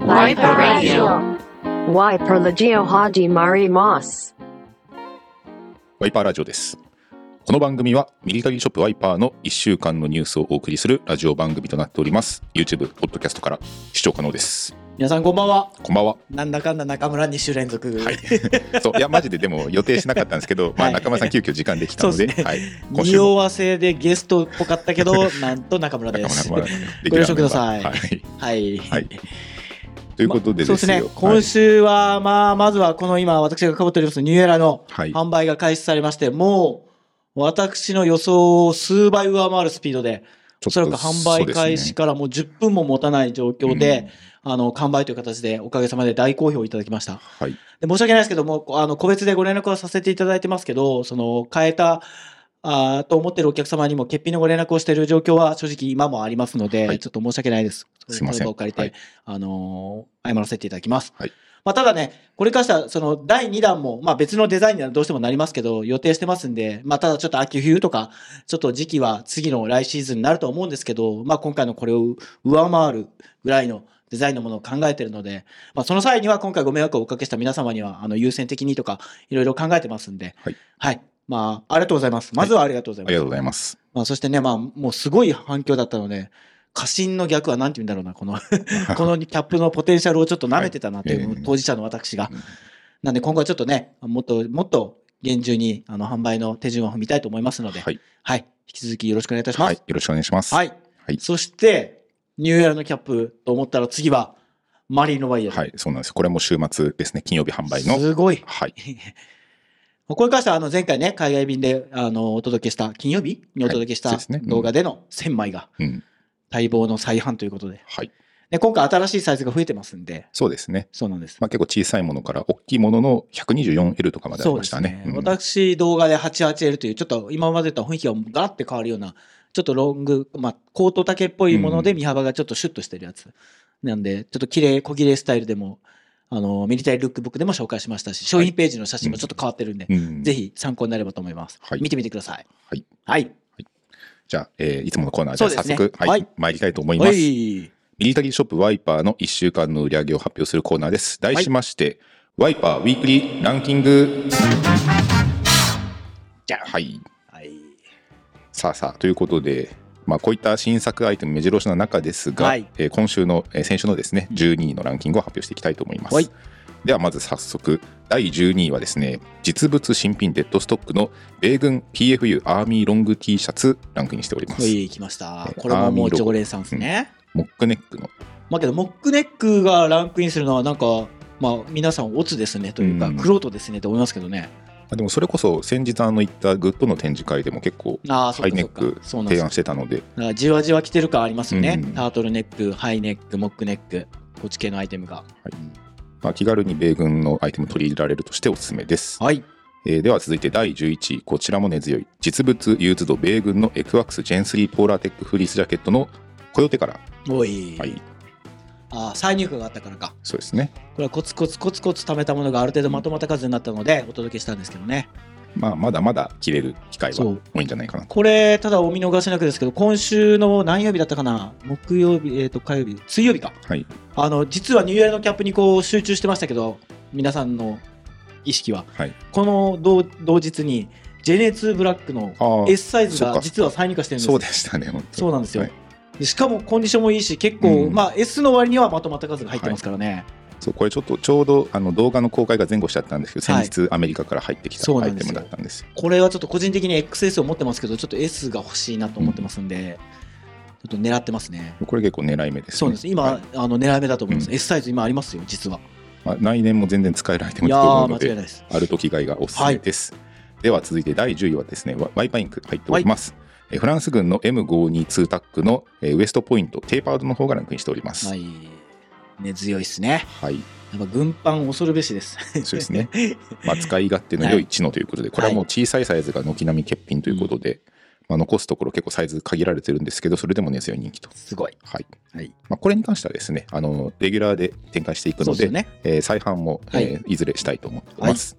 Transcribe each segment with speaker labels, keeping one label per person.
Speaker 1: Wiper Radio.
Speaker 2: Wiper Radio Hajimari Mas.
Speaker 3: ワイパーラジオです。この番組はミリタリーショップワイパーの1週間のニュースをお送りするラジオ番組となっております。YouTube、ポッドキャストから視聴可能です。
Speaker 4: 皆さんこんばんは。
Speaker 3: こんばんは。
Speaker 4: なんだかんだ中村2週連続。
Speaker 3: はい。そういやマジででも予定しなかったんですけど、まあ
Speaker 4: はい
Speaker 3: 中村さん急遽時間できたの
Speaker 4: そ
Speaker 3: で、
Speaker 4: うですね
Speaker 3: はい。今週
Speaker 4: 匂
Speaker 3: も
Speaker 4: わせでゲストっぽかった けど、なんと中村で
Speaker 3: 中
Speaker 4: す。
Speaker 3: 村
Speaker 4: は
Speaker 3: は
Speaker 4: ご了承ください
Speaker 3: はい。
Speaker 4: い。
Speaker 3: はい。ということでで
Speaker 4: そうです
Speaker 3: すよ。
Speaker 4: ね。今週は、まあ、まずはこの今、私が被っておりますニューエラの
Speaker 3: はい。はい
Speaker 4: 販売が開始されまして、もう、私の予想を数倍上回るスピードで、おそらく販売開始からもう10分も持たない状況で、、あの、完売という形で、おかげさまで大好評いただきました。
Speaker 3: そうですね
Speaker 4: で申し訳ないですけども、こあの個別でご連絡はさせていただいてますけど、その変えたあーと思ってるお客様にも欠品のご連絡をしている状況は正直今もありますので、
Speaker 3: はい
Speaker 4: ちょっと申し訳ないです。
Speaker 3: すいません
Speaker 4: その場を借りて、
Speaker 3: はい
Speaker 4: あのー謝らせていただきます。
Speaker 3: はい
Speaker 4: まあ、ただね、これに関してはその第2弾も、まあ、別のデザインにはどうしてもなりますけど、予定してますんで、まあ、ただちょっと秋冬とか、ちょっと時期は次の来シーズンになると思うんですけど、まあ、今回のこれを上回るぐらいのデザインのものを考えてるので、まあ、その際には今回ご迷惑をおかけした皆様にはあの優先的にとかいろいろ考えてますんで、
Speaker 3: はい
Speaker 4: まあ、ありがとうございます。まずはありがとうござい
Speaker 3: はい。ありがと
Speaker 4: ます。
Speaker 3: うございます。
Speaker 4: まあ、そしてね、まあ、もうすごい反響だったので、過信の逆は何て言うんだろうな、 この、このキャップのポテンシャルをちょっと舐めてたなとい、
Speaker 3: はいうええ
Speaker 4: 当事者の私が
Speaker 3: うん。
Speaker 4: なんで今後はちょっとね、もっともっと厳重にあの販売の手順を踏みたいと思いますので、
Speaker 3: は
Speaker 4: はい、
Speaker 3: い。
Speaker 4: 引き続きよろしくお願いいたしま
Speaker 3: は
Speaker 4: す
Speaker 3: い。。よろしくお願いします。
Speaker 4: はい。
Speaker 3: はい
Speaker 4: そして、ニューエラのキャップと思ったら次は、マリーノバイエル。
Speaker 3: はい。そうなんです。これも週末ですね。金曜日販売の。
Speaker 4: すごい。
Speaker 3: はい。
Speaker 4: これに関してはあの前回ね、海外便であのお届けした、金曜日にお届けし
Speaker 3: はい
Speaker 4: た
Speaker 3: そうですねうん
Speaker 4: 動画での1000枚が
Speaker 3: うん。
Speaker 4: 待望の再販ということで。
Speaker 3: はい。
Speaker 4: で、今回新しいサイズが増えてますんで、
Speaker 3: そうですね。
Speaker 4: そうなんです。
Speaker 3: まあ、結構小さいものから大きいものの 124L とかまであり
Speaker 4: そう
Speaker 3: ま
Speaker 4: で
Speaker 3: した
Speaker 4: す
Speaker 3: ね
Speaker 4: ね。。
Speaker 3: うん
Speaker 4: 私、動画で 88L という、ちょっと今までとは雰囲気がガラッて変わるような、ちょっとロング、まあ、コート丈っぽいもの
Speaker 3: う
Speaker 4: で、
Speaker 3: ん
Speaker 4: 身幅がちょっとシュッとしてるやつ。なんで、ちょっと綺麗、小綺麗スタイルでも、あの、ミリタリールックブックでも紹介しましたし、商品ページの写真もちょっと変わってるんで、
Speaker 3: うん
Speaker 4: ぜひ参考になればと思います。
Speaker 3: はい
Speaker 4: 見てみてください。
Speaker 3: はい。
Speaker 4: はい。
Speaker 3: じゃあ、えーいつものコーナーで
Speaker 4: そう
Speaker 3: 早
Speaker 4: ですね
Speaker 3: 速、はい
Speaker 4: はい
Speaker 3: 参りたいと思いま
Speaker 4: は
Speaker 3: す。ミ
Speaker 4: い。
Speaker 3: リタリーショップワイパーの1週間の売り上げを発表するコーナーです。題しまして、ワイパーウィークリーランキング。
Speaker 4: じゃあ
Speaker 3: はい。
Speaker 4: はい。
Speaker 3: さあさあ、ということで、まあ、こういった新作アイテム目白押しの中ですが、
Speaker 4: はい
Speaker 3: えー今週の、えー先週のですね、12位のランキングを発表していきたいと思います。
Speaker 4: はい
Speaker 3: ではまず早速、第12位はですね、実物新品デッドストックの米軍 PFU アーミーロング T シャツランクインしておりま
Speaker 4: は
Speaker 3: す。
Speaker 4: い、来ました
Speaker 3: え。
Speaker 4: これもも
Speaker 3: アーミーロゴ
Speaker 4: う常連さんですね。
Speaker 3: モックネックの
Speaker 4: まあけど、モックネックがランクインするのは、なんか、まあ、皆さん、オツですねという
Speaker 3: う
Speaker 4: か、
Speaker 3: ん
Speaker 4: クロートですねと思いますけどね。
Speaker 3: あでもそれこそ先日あの行ったグッドの展示会でも結構
Speaker 4: ああ、そ
Speaker 3: ハ
Speaker 4: う
Speaker 3: イ
Speaker 4: か
Speaker 3: ネ
Speaker 4: そう
Speaker 3: ッ
Speaker 4: か。
Speaker 3: ク
Speaker 4: そうなんで
Speaker 3: 提
Speaker 4: す
Speaker 3: 案してたので
Speaker 4: だからじわじわ来てる感ありますよね。
Speaker 3: うん
Speaker 4: タートルネック、ハイネック、モックネック、こっち系のアイテムが。
Speaker 3: まあ、気軽に米軍のアイテム取り入れられるとしておすすめです、
Speaker 4: はい。
Speaker 3: えーでは続いて第11位こちらも根強い実物ユーズド米軍のエクワックスジェン3ポーラーテックフリースジャケットのコヨテから
Speaker 4: おい。
Speaker 3: はい
Speaker 4: ああ、再入荷があったからか。
Speaker 3: そうですね
Speaker 4: これはコツコツコツコツ貯めたものがある程度まとまった数になったので、お届けしたんですけどね。
Speaker 3: まあまだまだ着れる機会
Speaker 4: そ
Speaker 3: は
Speaker 4: う
Speaker 3: 多いんじゃないかな
Speaker 4: これ、ただお見逃しなくですけど、今週の何曜日だったかな、木曜日、えっ、と、火曜日、水曜日か。
Speaker 3: はい
Speaker 4: あの、実はニューイヤーのキャップにこう集中してましたけど、皆さんの意識は。
Speaker 3: はい
Speaker 4: この同同日に、JN2 ブラックの
Speaker 3: あー
Speaker 4: S サイズ
Speaker 3: そっか
Speaker 4: が実は再入荷してるんです
Speaker 3: そう
Speaker 4: よ
Speaker 3: でしたね本当に
Speaker 4: そうなんですよ、
Speaker 3: はい
Speaker 4: でしかもコンディションもいいし、結構、
Speaker 3: うん
Speaker 4: まあ S の割にはまとまった数が入ってますからね。
Speaker 3: そうこれちょっとちょうどあの動画の公開が前後しちゃったんですけど
Speaker 4: はい
Speaker 3: 先日アメリカから入ってきた
Speaker 4: そう
Speaker 3: ア
Speaker 4: な
Speaker 3: イ
Speaker 4: んで
Speaker 3: テ
Speaker 4: す
Speaker 3: ム
Speaker 4: よ
Speaker 3: だったんですよ
Speaker 4: これはちょっと個人的に XS を持ってますけど、ちょっと S が欲しいなと思ってますんで、ちょっと狙ってますね。
Speaker 3: これ結構狙い目です、ね、
Speaker 4: そうです。今、
Speaker 3: はい
Speaker 4: あの狙い目だと思います。
Speaker 3: うん
Speaker 4: S サイズ今ありますよ、実は。
Speaker 3: まあ、来年も全然使えるアイテム
Speaker 4: いや
Speaker 3: だと思
Speaker 4: ー、
Speaker 3: うの
Speaker 4: 間違いない
Speaker 3: で、
Speaker 4: です。
Speaker 3: ある時買いがおすすめです。では続いて第10位はですね、ワワイパーインク入っております。えフランス軍の M522 タックのえーウエストポイント、テーパードの方がランクインしております。
Speaker 4: は
Speaker 3: はい、
Speaker 4: い。根強いですね。 やっぱ軍パン恐るべしです。
Speaker 3: そうですね。まあ、使い勝手の良い知能ということで、これはもう小さいサイズが軒並み欠品ということで、まあ、残すところ結構サイズ限られてるんですけど、それでも根強い人気と。
Speaker 4: すごい。
Speaker 3: はい
Speaker 4: はい。
Speaker 3: まあ、これに関してはですね、あのレギュラーで展開していく
Speaker 4: そ
Speaker 3: の
Speaker 4: うです
Speaker 3: で
Speaker 4: よ、ね。
Speaker 3: えー再販も、えー
Speaker 4: はい
Speaker 3: ずれしたいと思ってます、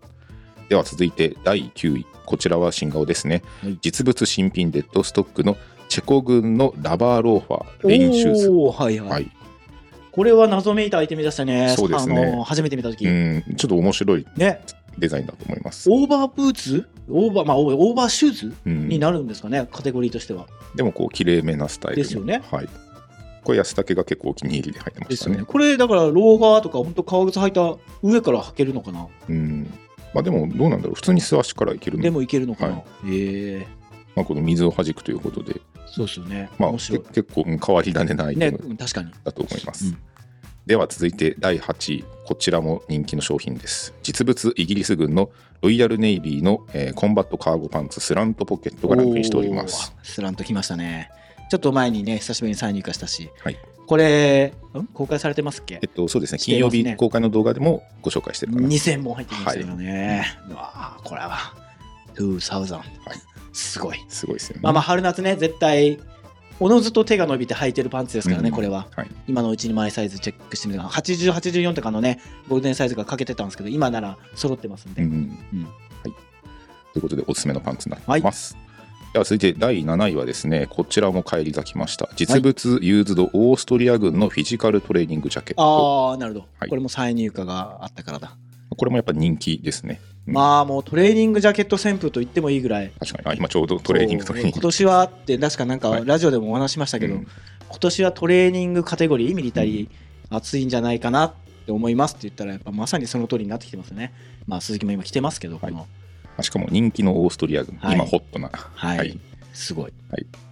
Speaker 3: では続いて第9位こちらは新顔ですね、
Speaker 4: はい
Speaker 3: 実物新品デッドストックのチェコ軍のラバーローファーレインシューズ
Speaker 4: おーはいはい。
Speaker 3: はい
Speaker 4: これは謎めいたアイテムでしたね。
Speaker 3: そうですね
Speaker 4: あの初めて見た時、
Speaker 3: うん、ちょっと面白い
Speaker 4: ね、
Speaker 3: デザインだと思います。
Speaker 4: オーバーブーツ、オーバーまあオーオーバーシューズ
Speaker 3: うん
Speaker 4: になるんですかね、カテゴリーとしては。
Speaker 3: でもこう綺麗めなスタイルの
Speaker 4: ですよね
Speaker 3: はい。これ安竹が結構お気に入りで入ってま
Speaker 4: で
Speaker 3: し
Speaker 4: す
Speaker 3: た
Speaker 4: よ
Speaker 3: ね。
Speaker 4: ね。これだからローガーとか本当革靴履いた上から履けるのかな、
Speaker 3: うん。まあでもどうなんだろう。普通に素足からいける
Speaker 4: で
Speaker 3: の。
Speaker 4: もいけるのかな。
Speaker 3: は
Speaker 4: ええ
Speaker 3: まあこの水を弾くということで、
Speaker 4: そうですよね。
Speaker 3: まあ
Speaker 4: 面白
Speaker 3: け
Speaker 4: い。
Speaker 3: 結構うん変わり種なアイ
Speaker 4: ね、
Speaker 3: テ
Speaker 4: う
Speaker 3: ム
Speaker 4: ん確かに。
Speaker 3: だと思います。
Speaker 4: うん
Speaker 3: では続いて第8位、こちらも人気の商品です。実物イギリス軍のロイヤルネイビーの、えーコンバットカーゴパンツスラントポケットがランクインしております。
Speaker 4: おー。スランときましたね。ちょっと前にね、久しぶりに再入荷したし、
Speaker 3: はい
Speaker 4: これ、ん公開されてますっけ
Speaker 3: えっと、そうですね、
Speaker 4: し
Speaker 3: 金
Speaker 4: て
Speaker 3: 曜
Speaker 4: ますね
Speaker 3: 日公開の動画でもご紹介してるかな。
Speaker 4: 2000本入ってきましたよね。うわあこれは2000、すごい。
Speaker 3: すごいですよね。
Speaker 4: まあまあ春夏ね絶対おのずと手が伸びて履いてるパンツですからね、
Speaker 3: うん
Speaker 4: これは
Speaker 3: はい、
Speaker 4: 今のうちにマイサイズチェックしてみて8084とかのねゴールデンサイズが欠けてたんですけど今なら揃ってますんで、
Speaker 3: うん
Speaker 4: うん
Speaker 3: はい、ということでおすすめのパンツになってます、では続いて第7位はですねこちらも返り咲きました実物ユーズドオーストリア軍のフィジカルトレーニングジャケット、
Speaker 4: ああなるほど、
Speaker 3: はい
Speaker 4: これも再入荷があったからだ、
Speaker 3: これもやっぱ人気ですね、うん
Speaker 4: まあもうトレーニングジャケット旋風と言ってもいいぐらい
Speaker 3: 確かにあ今ちょうどトレーニング
Speaker 4: そ
Speaker 3: ト
Speaker 4: う
Speaker 3: レーニング
Speaker 4: 今年はって確かなん
Speaker 3: は
Speaker 4: か
Speaker 3: い
Speaker 4: ラジオでもお話ししましたけど、
Speaker 3: うん
Speaker 4: 今年はトレーニングカテゴリーミリタリー熱いんじゃないかなって思いますって言ったらやっぱまさにその通りになってきてますねまあ鈴木も今来てますけど、
Speaker 3: はい
Speaker 4: この
Speaker 3: あしかも人気のオーストリア軍、
Speaker 4: はい
Speaker 3: 今ホットな、
Speaker 4: はい、
Speaker 3: はい
Speaker 4: すごい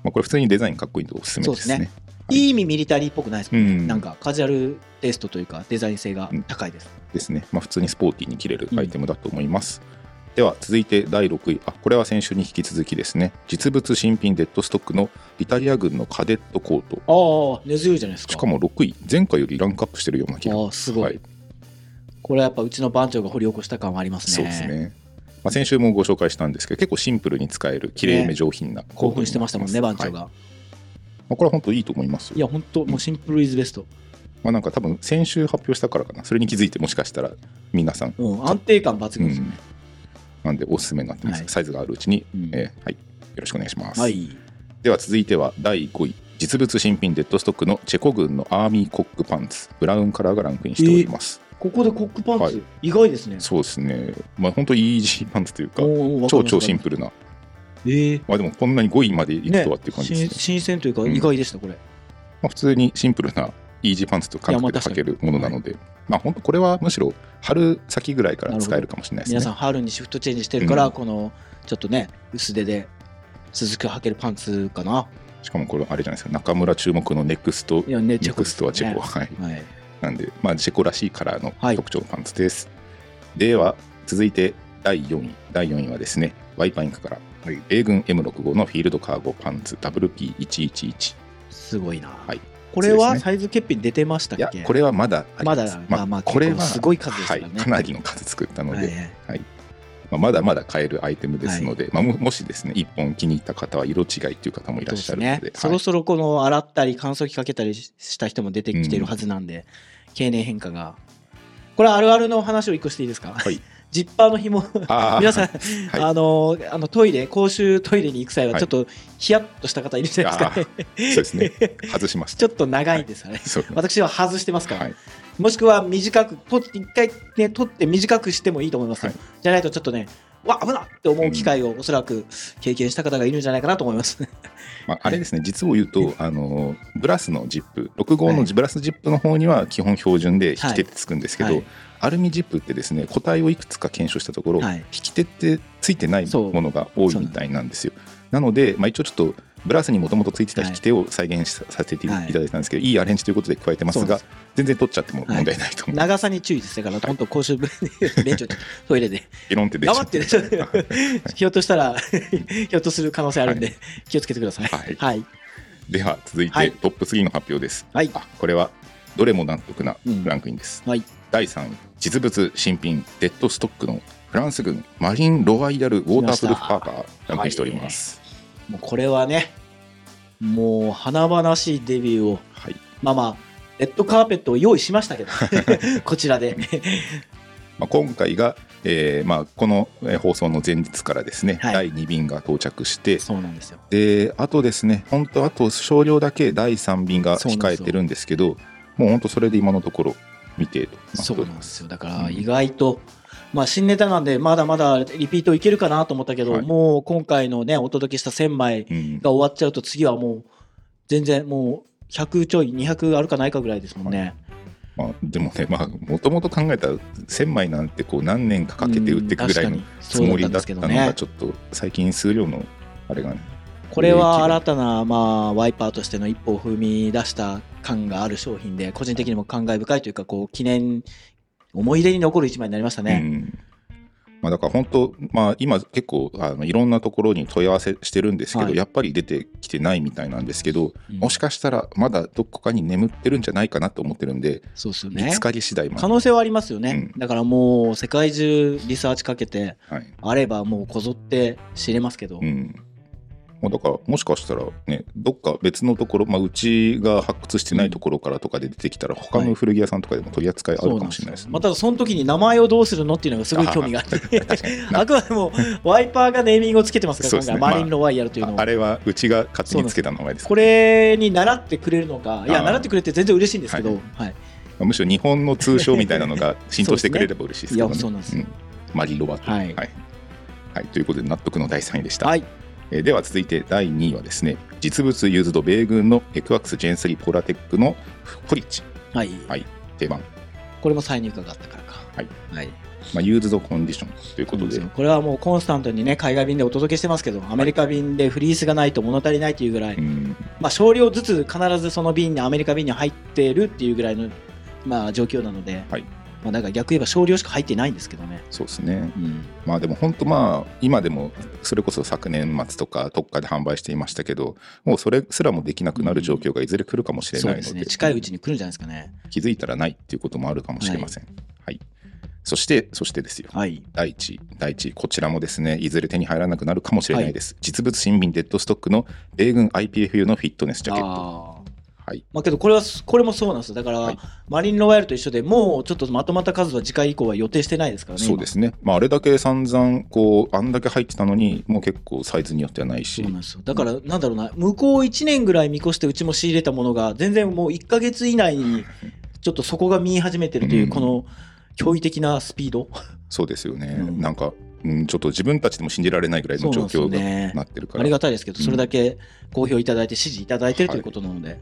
Speaker 3: まあ、これ普通にデザインかっこいいんでおすすめですね
Speaker 4: そうで
Speaker 3: い
Speaker 4: いい意味ミリタリーっぽくないですもんね、
Speaker 3: うん
Speaker 4: なんかカジュアルテイストというかデザイン性が高いです、
Speaker 3: ですね、まあ、普通にスポーティーに着れるアイテムだと思います、では続いて第6位あこれは先週に引き続きですね実物新品デッドストックのイタリア軍のカデットコート
Speaker 4: ああ根強いじゃないですか
Speaker 3: しかも6位、前回よりランクアップしてるような気が
Speaker 4: ああすごい、
Speaker 3: はい
Speaker 4: これはやっぱうちの番長が掘り起こした感はありますね
Speaker 3: そうですね。まあ、先週もご紹介したんですけど、結構シンプルに使える、きれいめ上品なコート
Speaker 4: 興
Speaker 3: になっます、
Speaker 4: 奮してましたもんね番長
Speaker 3: はいま
Speaker 4: が、
Speaker 3: あ、これは本当いいと思いますよ
Speaker 4: い、や本当もうシンプルイズベスト、
Speaker 3: まあ、なんか多分先週発表したからかな、それに気づいて、もしかしたら皆さん、
Speaker 4: うん、安定感抜群ですね、
Speaker 3: なんでおすすめになってます、
Speaker 4: はい
Speaker 3: サイズがあるうちに、
Speaker 4: うん
Speaker 3: えーはい、よろしくお願いします。
Speaker 4: はい
Speaker 3: では続いては第5位。実物新品デッドストックのチェコ軍のアーミーコックパンツブラウンカラーがランクインしております、
Speaker 4: ここでコックパンツ、
Speaker 3: はい
Speaker 4: 意外ですね。
Speaker 3: そうですねまあ本当イージーパンツという か
Speaker 4: おー
Speaker 3: 超超シン
Speaker 4: ル。
Speaker 3: プルな
Speaker 4: ええ
Speaker 3: まあでもこんなに5位までいく
Speaker 4: ね
Speaker 3: とはっていう感じですね
Speaker 4: 新新鮮というか
Speaker 3: うん
Speaker 4: 意外でした、これ。
Speaker 3: まあ、普通にシンプルなイージーパンツと感覚で履けるものなので、まあ本当これはむしろ春先ぐらいから使えるかもしれないですね。
Speaker 4: 皆さん春にシフトチェンジしてるから、
Speaker 3: うん
Speaker 4: このちょっとね薄手で続く履けるパンツかな。
Speaker 3: しかもこれあれじゃないですか中村注目のネクスト
Speaker 4: いや
Speaker 3: ネ
Speaker 4: ね
Speaker 3: クストはチェコ、
Speaker 4: は
Speaker 3: はい、
Speaker 4: い。
Speaker 3: なんで、まあ、チェコらしいカラーの
Speaker 4: はい
Speaker 3: 特徴のパンツです。では、続いて第4位。第4位はですね、ワイパインクから、米軍 M65 のフィールドカーゴパンツ WP111。
Speaker 4: すごいな。
Speaker 3: はい
Speaker 4: これ
Speaker 3: そう
Speaker 4: は
Speaker 3: です
Speaker 4: サイズ欠品出てました
Speaker 3: いや
Speaker 4: っけ？、
Speaker 3: これはまだありす
Speaker 4: まだまあまあ結構すごい数でしたからね
Speaker 3: はい、かなりの数作ったので、
Speaker 4: はい
Speaker 3: まあ、まだまだ買えるアイテムですので、まあ、ももしですね1本気に入った方は色違いという方もいらっしゃるので
Speaker 4: そうですね、そ
Speaker 3: は
Speaker 4: ろ
Speaker 3: い
Speaker 4: そろこの洗ったり乾燥機かけたりした人も出てきてるはずなんで、経年変化がこれあるあるの話を一個していいですか、
Speaker 3: はい
Speaker 4: ジッパーの紐
Speaker 3: あー
Speaker 4: 皆さん、
Speaker 3: はい
Speaker 4: あのあのトイレ公衆トイレに行く際
Speaker 3: は
Speaker 4: はいちょっとヒヤッとした方いるじゃないですか、
Speaker 3: そ
Speaker 4: ね
Speaker 3: うですね外しました
Speaker 4: ちょっと長いんですよね、
Speaker 3: そうね
Speaker 4: 私は外してますから、
Speaker 3: はい
Speaker 4: もしくは短く取って一回ね取って短くしてもいいと思いますよ、
Speaker 3: はい
Speaker 4: じゃないとちょっとねうわ危なっって思う機会をおそらく経験した方がいるんじゃないかなと思います、
Speaker 3: まあ、あれですね実を言うとあのブラスのジップ6号のブラスジップの方には基本標準で引き手ってつくんですけど、
Speaker 4: はい
Speaker 3: アルミジップってですね個体をいくつか検証したところ、
Speaker 4: はい
Speaker 3: 引き手ってついてない
Speaker 4: そう
Speaker 3: ものが多いみたいなんですよなので、まあ、一応ちょっとブラスにもともとついてた引き手を再現しさせていただいたんですけど、い、いアレンジということで加えてます
Speaker 4: そうな
Speaker 3: が
Speaker 4: んで
Speaker 3: 全然取っちゃっても問題ないと思う、
Speaker 4: 長さに注意ですだから、本当公衆便所トイレで
Speaker 3: ピロンって出ちゃ
Speaker 4: 頑張
Speaker 3: う
Speaker 4: って ねひょっとしたら ひょっとする可能性あるんで、
Speaker 3: は
Speaker 4: 気をつけてください
Speaker 3: はい
Speaker 4: はい、
Speaker 3: では続いて、
Speaker 4: はい
Speaker 3: トップ3の発表です、
Speaker 4: はい
Speaker 3: あこれはどれも納得な
Speaker 4: うん
Speaker 3: ランクインです、
Speaker 4: はい
Speaker 3: 第3位実物新品デッドストックのフランス軍マリン・ロワイヤル・ウォータープルーフパーカーランクインしております、
Speaker 4: もうこれはねもう華々しいデビューを
Speaker 3: はい
Speaker 4: まあまあレッドカーペットを用意しま したけどこちらで
Speaker 3: まあ、今回が、えーまあ、このえー放送の前日からですね、
Speaker 4: はい
Speaker 3: 第2便が到着して
Speaker 4: そうなんですよ
Speaker 3: であとですね本当あと少量だけ第3便が控えてるんですけどもう本当それで今のところ未定となって
Speaker 4: そ
Speaker 3: お
Speaker 4: う
Speaker 3: り
Speaker 4: なん
Speaker 3: ま。
Speaker 4: ですすよだから意外と、まあ、新ネタなんでまだまだリピートいけるかなと思ったけど、
Speaker 3: はい
Speaker 4: もう今回のねお届けした1000枚
Speaker 3: うん
Speaker 4: が終わっちゃうと次はもう全然もう100ちょい200あるかないかぐらいですもんね。
Speaker 3: まあ、でもね、まあ、もともと考えたら1000枚なんてこう何年かかけて売っていくぐらいの
Speaker 4: うん
Speaker 3: つもりだっ
Speaker 4: 確
Speaker 3: たのが
Speaker 4: かにそうだったんですけどね
Speaker 3: ちょっと最近数量のあれがね
Speaker 4: これは新たな、まあ、ワイパーとしての一歩を踏み出した感がある商品で個人的にも感慨深いというかこう記念思い出に残る一枚になりましたね。
Speaker 3: うんまあ、だから本当、まあ、今結構あのいろんなところに問い合わせしてるんですけど、
Speaker 4: はい
Speaker 3: やっぱり出てきてないみたいなんですけど、
Speaker 4: うん
Speaker 3: もしかしたらまだどこかに眠ってるんじゃないかなと思ってるんで、
Speaker 4: そうですよ
Speaker 3: 見
Speaker 4: ね
Speaker 3: つかり次第まで、
Speaker 4: 可能性はありますよね、
Speaker 3: う
Speaker 4: だからもう世界中リサーチかけて
Speaker 3: はい
Speaker 4: あればもうこぞって知れますけど、
Speaker 3: うんまあ、だからもしかしたらねどっか別のところ、まあ、うちが発掘してないところからとかで出てきたら他の古着屋さんとかでも取り扱いあ
Speaker 4: そ
Speaker 3: る
Speaker 4: う
Speaker 3: か
Speaker 4: なん
Speaker 3: も
Speaker 4: で
Speaker 3: し
Speaker 4: す
Speaker 3: れ
Speaker 4: よ
Speaker 3: ないですね。
Speaker 4: またその時に名前をどうするのっていうのがすごい興味があって
Speaker 3: あ確かに
Speaker 4: あくまでもワイパーがネーミングをつけてますから
Speaker 3: そう
Speaker 4: 今
Speaker 3: です
Speaker 4: 回
Speaker 3: ね
Speaker 4: マーリン・ロワイヤルというのを
Speaker 3: ああれはうちが勝手につけた名前です
Speaker 4: これに習ってくれるのかいや
Speaker 3: あー
Speaker 4: 習ってくれて全然嬉しいんですけど、
Speaker 3: は
Speaker 4: はいい
Speaker 3: まあむしろ日本の通称みたいなのが浸透してくれれば嬉しいですけど、ね
Speaker 4: そうです
Speaker 3: うんマリロワと、
Speaker 4: は
Speaker 3: はい
Speaker 4: い
Speaker 3: はいということで納得の第3位でした、
Speaker 4: はい
Speaker 3: えーでは続いて第2位はですね実物ユーズド米軍のエクワックス Gen3 ポラテックのホリッチ
Speaker 4: はい
Speaker 3: はい定番、
Speaker 4: これも再入荷があったからか
Speaker 3: はい、
Speaker 4: はい、
Speaker 3: まあ、ユーズドコンディションということで
Speaker 4: これはもうコンスタントにね海外便でお届けしてますけどアメリカ便でフリースがないと物足りないというぐらい、
Speaker 3: うん
Speaker 4: まあ、少量ずつ必ずその便にアメリカ便に入ってるっていうぐらいの、まあ、状況なので、
Speaker 3: はい
Speaker 4: まあ、だから逆言えば少量しか入ってないんですけどね、
Speaker 3: そうですね
Speaker 4: うん
Speaker 3: まあでも本当まあ今でもそれこそ昨年末とか特価で販売していましたけどもうそれすらもできなくなる状況がいずれ来るかもしれ
Speaker 4: そ
Speaker 3: な
Speaker 4: う
Speaker 3: いの
Speaker 4: で
Speaker 3: で,、
Speaker 4: すね近いうちに来るんじゃないですかね
Speaker 3: 気づいたらないっていうこともあるかもしれません。はい、そして、そしてですよ。
Speaker 4: はい
Speaker 3: 第一、第一、こちらもですね、いずれ手に入らなくなるかもしれないです。実物新品デッドストックの米軍 IPFU のフィットネスジャケット。
Speaker 4: あー
Speaker 3: はい。
Speaker 4: まあけどこれはこれもそうなんですよだから、
Speaker 3: はい
Speaker 4: マリン・ロワイヤルと一緒でもうちょっとまとまった数は次回以降は予定してないですからね
Speaker 3: そうですね。まあ、あれだけ散々、こう、あんだけ入ってたのに、もう結構サイズによってはないし
Speaker 4: そう。なんですよだから、なんだろうな、向こう1年ぐらい見越して、うちも仕入れたものが、全然もう1ヶ月以内に、ちょっとそこが見え始めてるというう、
Speaker 3: ん
Speaker 4: この驚異的なスピード、
Speaker 3: そうですよね。
Speaker 4: うん
Speaker 3: なんか、うん、ちょっと自分たちでも信じられないぐらい
Speaker 4: そ
Speaker 3: の
Speaker 4: うな
Speaker 3: 状
Speaker 4: んですよ
Speaker 3: 況が
Speaker 4: ね。
Speaker 3: なってるか
Speaker 4: あ
Speaker 3: ら。
Speaker 4: り
Speaker 3: ま
Speaker 4: がたいですけど、
Speaker 3: うん
Speaker 4: それだけ好評いただいて、支持いただいてるということなので、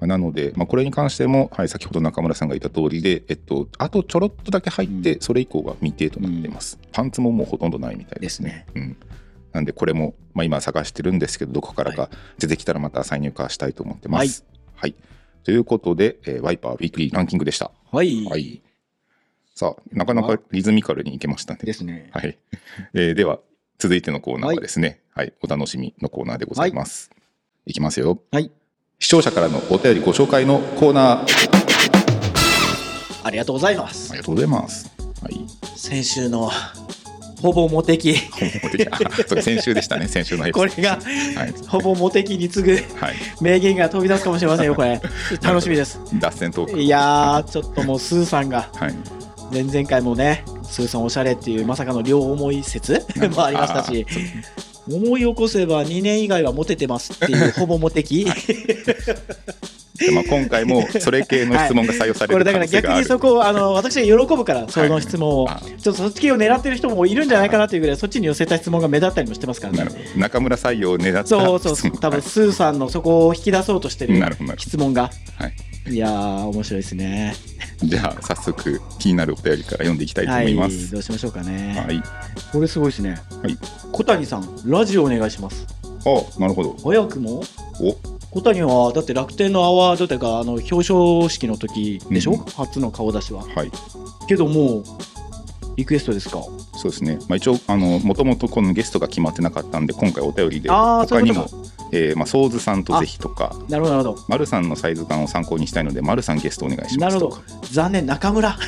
Speaker 3: あなので、まあ、これに関しても、はい、先ほど中村さんが言った通りで、えっと、あとちょろっとだけ入って、
Speaker 4: う
Speaker 3: それ以降は未定となっています。パンツももうほとんどないみたいですね。うん、なんでこれも、まあ、今探してるんですけどどこからか出てきたらまた再入荷したいと思ってます。はい、ということで、えーワイパーウィークリーランキングでした。
Speaker 4: はい、
Speaker 3: はい、さあなかなかリズミカルにいけましたね。
Speaker 4: ですね。
Speaker 3: はいえーでは続いてのコーナーはですね、はいお楽しみのコーナーでございます。い、きますよ。
Speaker 4: はい、
Speaker 3: 視聴者からのお便りご紹介のコーナー
Speaker 4: ありがとうございます
Speaker 3: あり。がとうございます。はい、
Speaker 4: 先週のほぼモテ期、
Speaker 3: 本当に あそう先週でしたね先週のエピソ
Speaker 4: こ
Speaker 3: ード
Speaker 4: れが
Speaker 3: はい
Speaker 4: ほぼモテ期に次ぐ
Speaker 3: はい、
Speaker 4: 名言が飛び出すかもしれませんよ、 これ、楽しみです。
Speaker 3: 脱線トーク。
Speaker 4: いやー、ちょっともうスーさんが、
Speaker 3: はい、
Speaker 4: 前々回もね、スーさんおしゃれっていうまさかの両思い説 もありましたし、思い起こせば2年以外はモテてますっていう、ほぼモ テ期、
Speaker 3: でまあ、今回もそれ系の質問が採用され
Speaker 4: こ
Speaker 3: る
Speaker 4: れ
Speaker 3: 可
Speaker 4: だから
Speaker 3: 能性
Speaker 4: 逆
Speaker 3: があ
Speaker 4: に
Speaker 3: る。
Speaker 4: そこをあの私が喜ぶから、その質問を、
Speaker 3: はい
Speaker 4: ちょっとそっち系を狙ってる人もいるんじゃないかなというぐらい、そっちに寄せた質問が目立ったりもしてますから
Speaker 3: なる
Speaker 4: ね。
Speaker 3: ほど中村採用を狙った
Speaker 4: そうそうそう、多分スーさんのそこを引き出そうとしてる
Speaker 3: なるほどなるほど
Speaker 4: 質問が。
Speaker 3: はい、
Speaker 4: いやー、面白いですね。
Speaker 3: じゃあ早速気になるお便りから読んでいきたいと
Speaker 4: は
Speaker 3: 思い
Speaker 4: い、ど
Speaker 3: ま
Speaker 4: う
Speaker 3: す。
Speaker 4: しましょうかね。
Speaker 3: はい、
Speaker 4: これすごいですね。
Speaker 3: はい
Speaker 4: 小谷さん、ラジオお願いします。
Speaker 3: あなるほど。
Speaker 4: 早くも
Speaker 3: お
Speaker 4: 小谷はだって楽天のアワードというかあの表彰式の時でしょ、
Speaker 3: うん
Speaker 4: 初の顔出しは
Speaker 3: はい、
Speaker 4: けどもうリクエストですか
Speaker 3: そうですね。まあ一応あの元々このゲストが決まってなかったんで今回お便りで
Speaker 4: あー
Speaker 3: 他に
Speaker 4: そうい
Speaker 3: も
Speaker 4: う。
Speaker 3: えーまあ、ソーズさんとぜひとか、
Speaker 4: なるほどなるほど
Speaker 3: マルさんのサイズ感を参考にしたいので、マルさんゲストお願いしま
Speaker 4: な
Speaker 3: す
Speaker 4: る
Speaker 3: と
Speaker 4: ほ
Speaker 3: か
Speaker 4: ど。残念 中村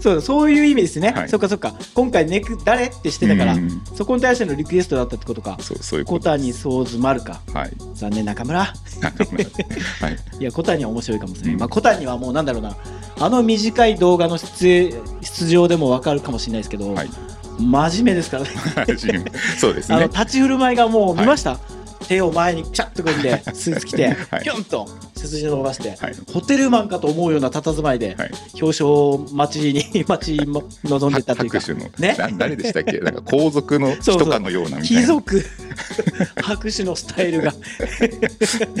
Speaker 4: そうそういう意味ですね、
Speaker 3: はい
Speaker 4: そっかそっか今回ネク誰ってしてたから、
Speaker 3: うん
Speaker 4: そこに対してのリクエストだったってことか
Speaker 3: そうそういうこ
Speaker 4: 小
Speaker 3: と。
Speaker 4: 谷総津丸か
Speaker 3: はい。
Speaker 4: 残念中村
Speaker 3: 中村はい。
Speaker 4: いや小谷は面白いかもしれない、
Speaker 3: うん
Speaker 4: まあ、小谷はもうなんだろうなあの短い動画の出演出場でもわかるかもしれないですけど、
Speaker 3: はい
Speaker 4: 真面目ですか らね
Speaker 3: そうです
Speaker 4: あの
Speaker 3: ね。
Speaker 4: 立ち振る舞いがもう
Speaker 3: はい
Speaker 4: 見ました、手を前にピシャッと組んでスーツ着て、
Speaker 3: はい
Speaker 4: ピョンと背筋伸ばして、
Speaker 3: はい
Speaker 4: ホテルマンかと思うような佇まいで、
Speaker 3: はい
Speaker 4: 表彰待ちに 待ちも望んでいたというか
Speaker 3: 拍手の、
Speaker 4: ね
Speaker 3: な誰でしたっけなんか皇族の
Speaker 4: そうそう
Speaker 3: 人かのようなみたい
Speaker 4: 貴
Speaker 3: な
Speaker 4: 族 拍手のスタイルが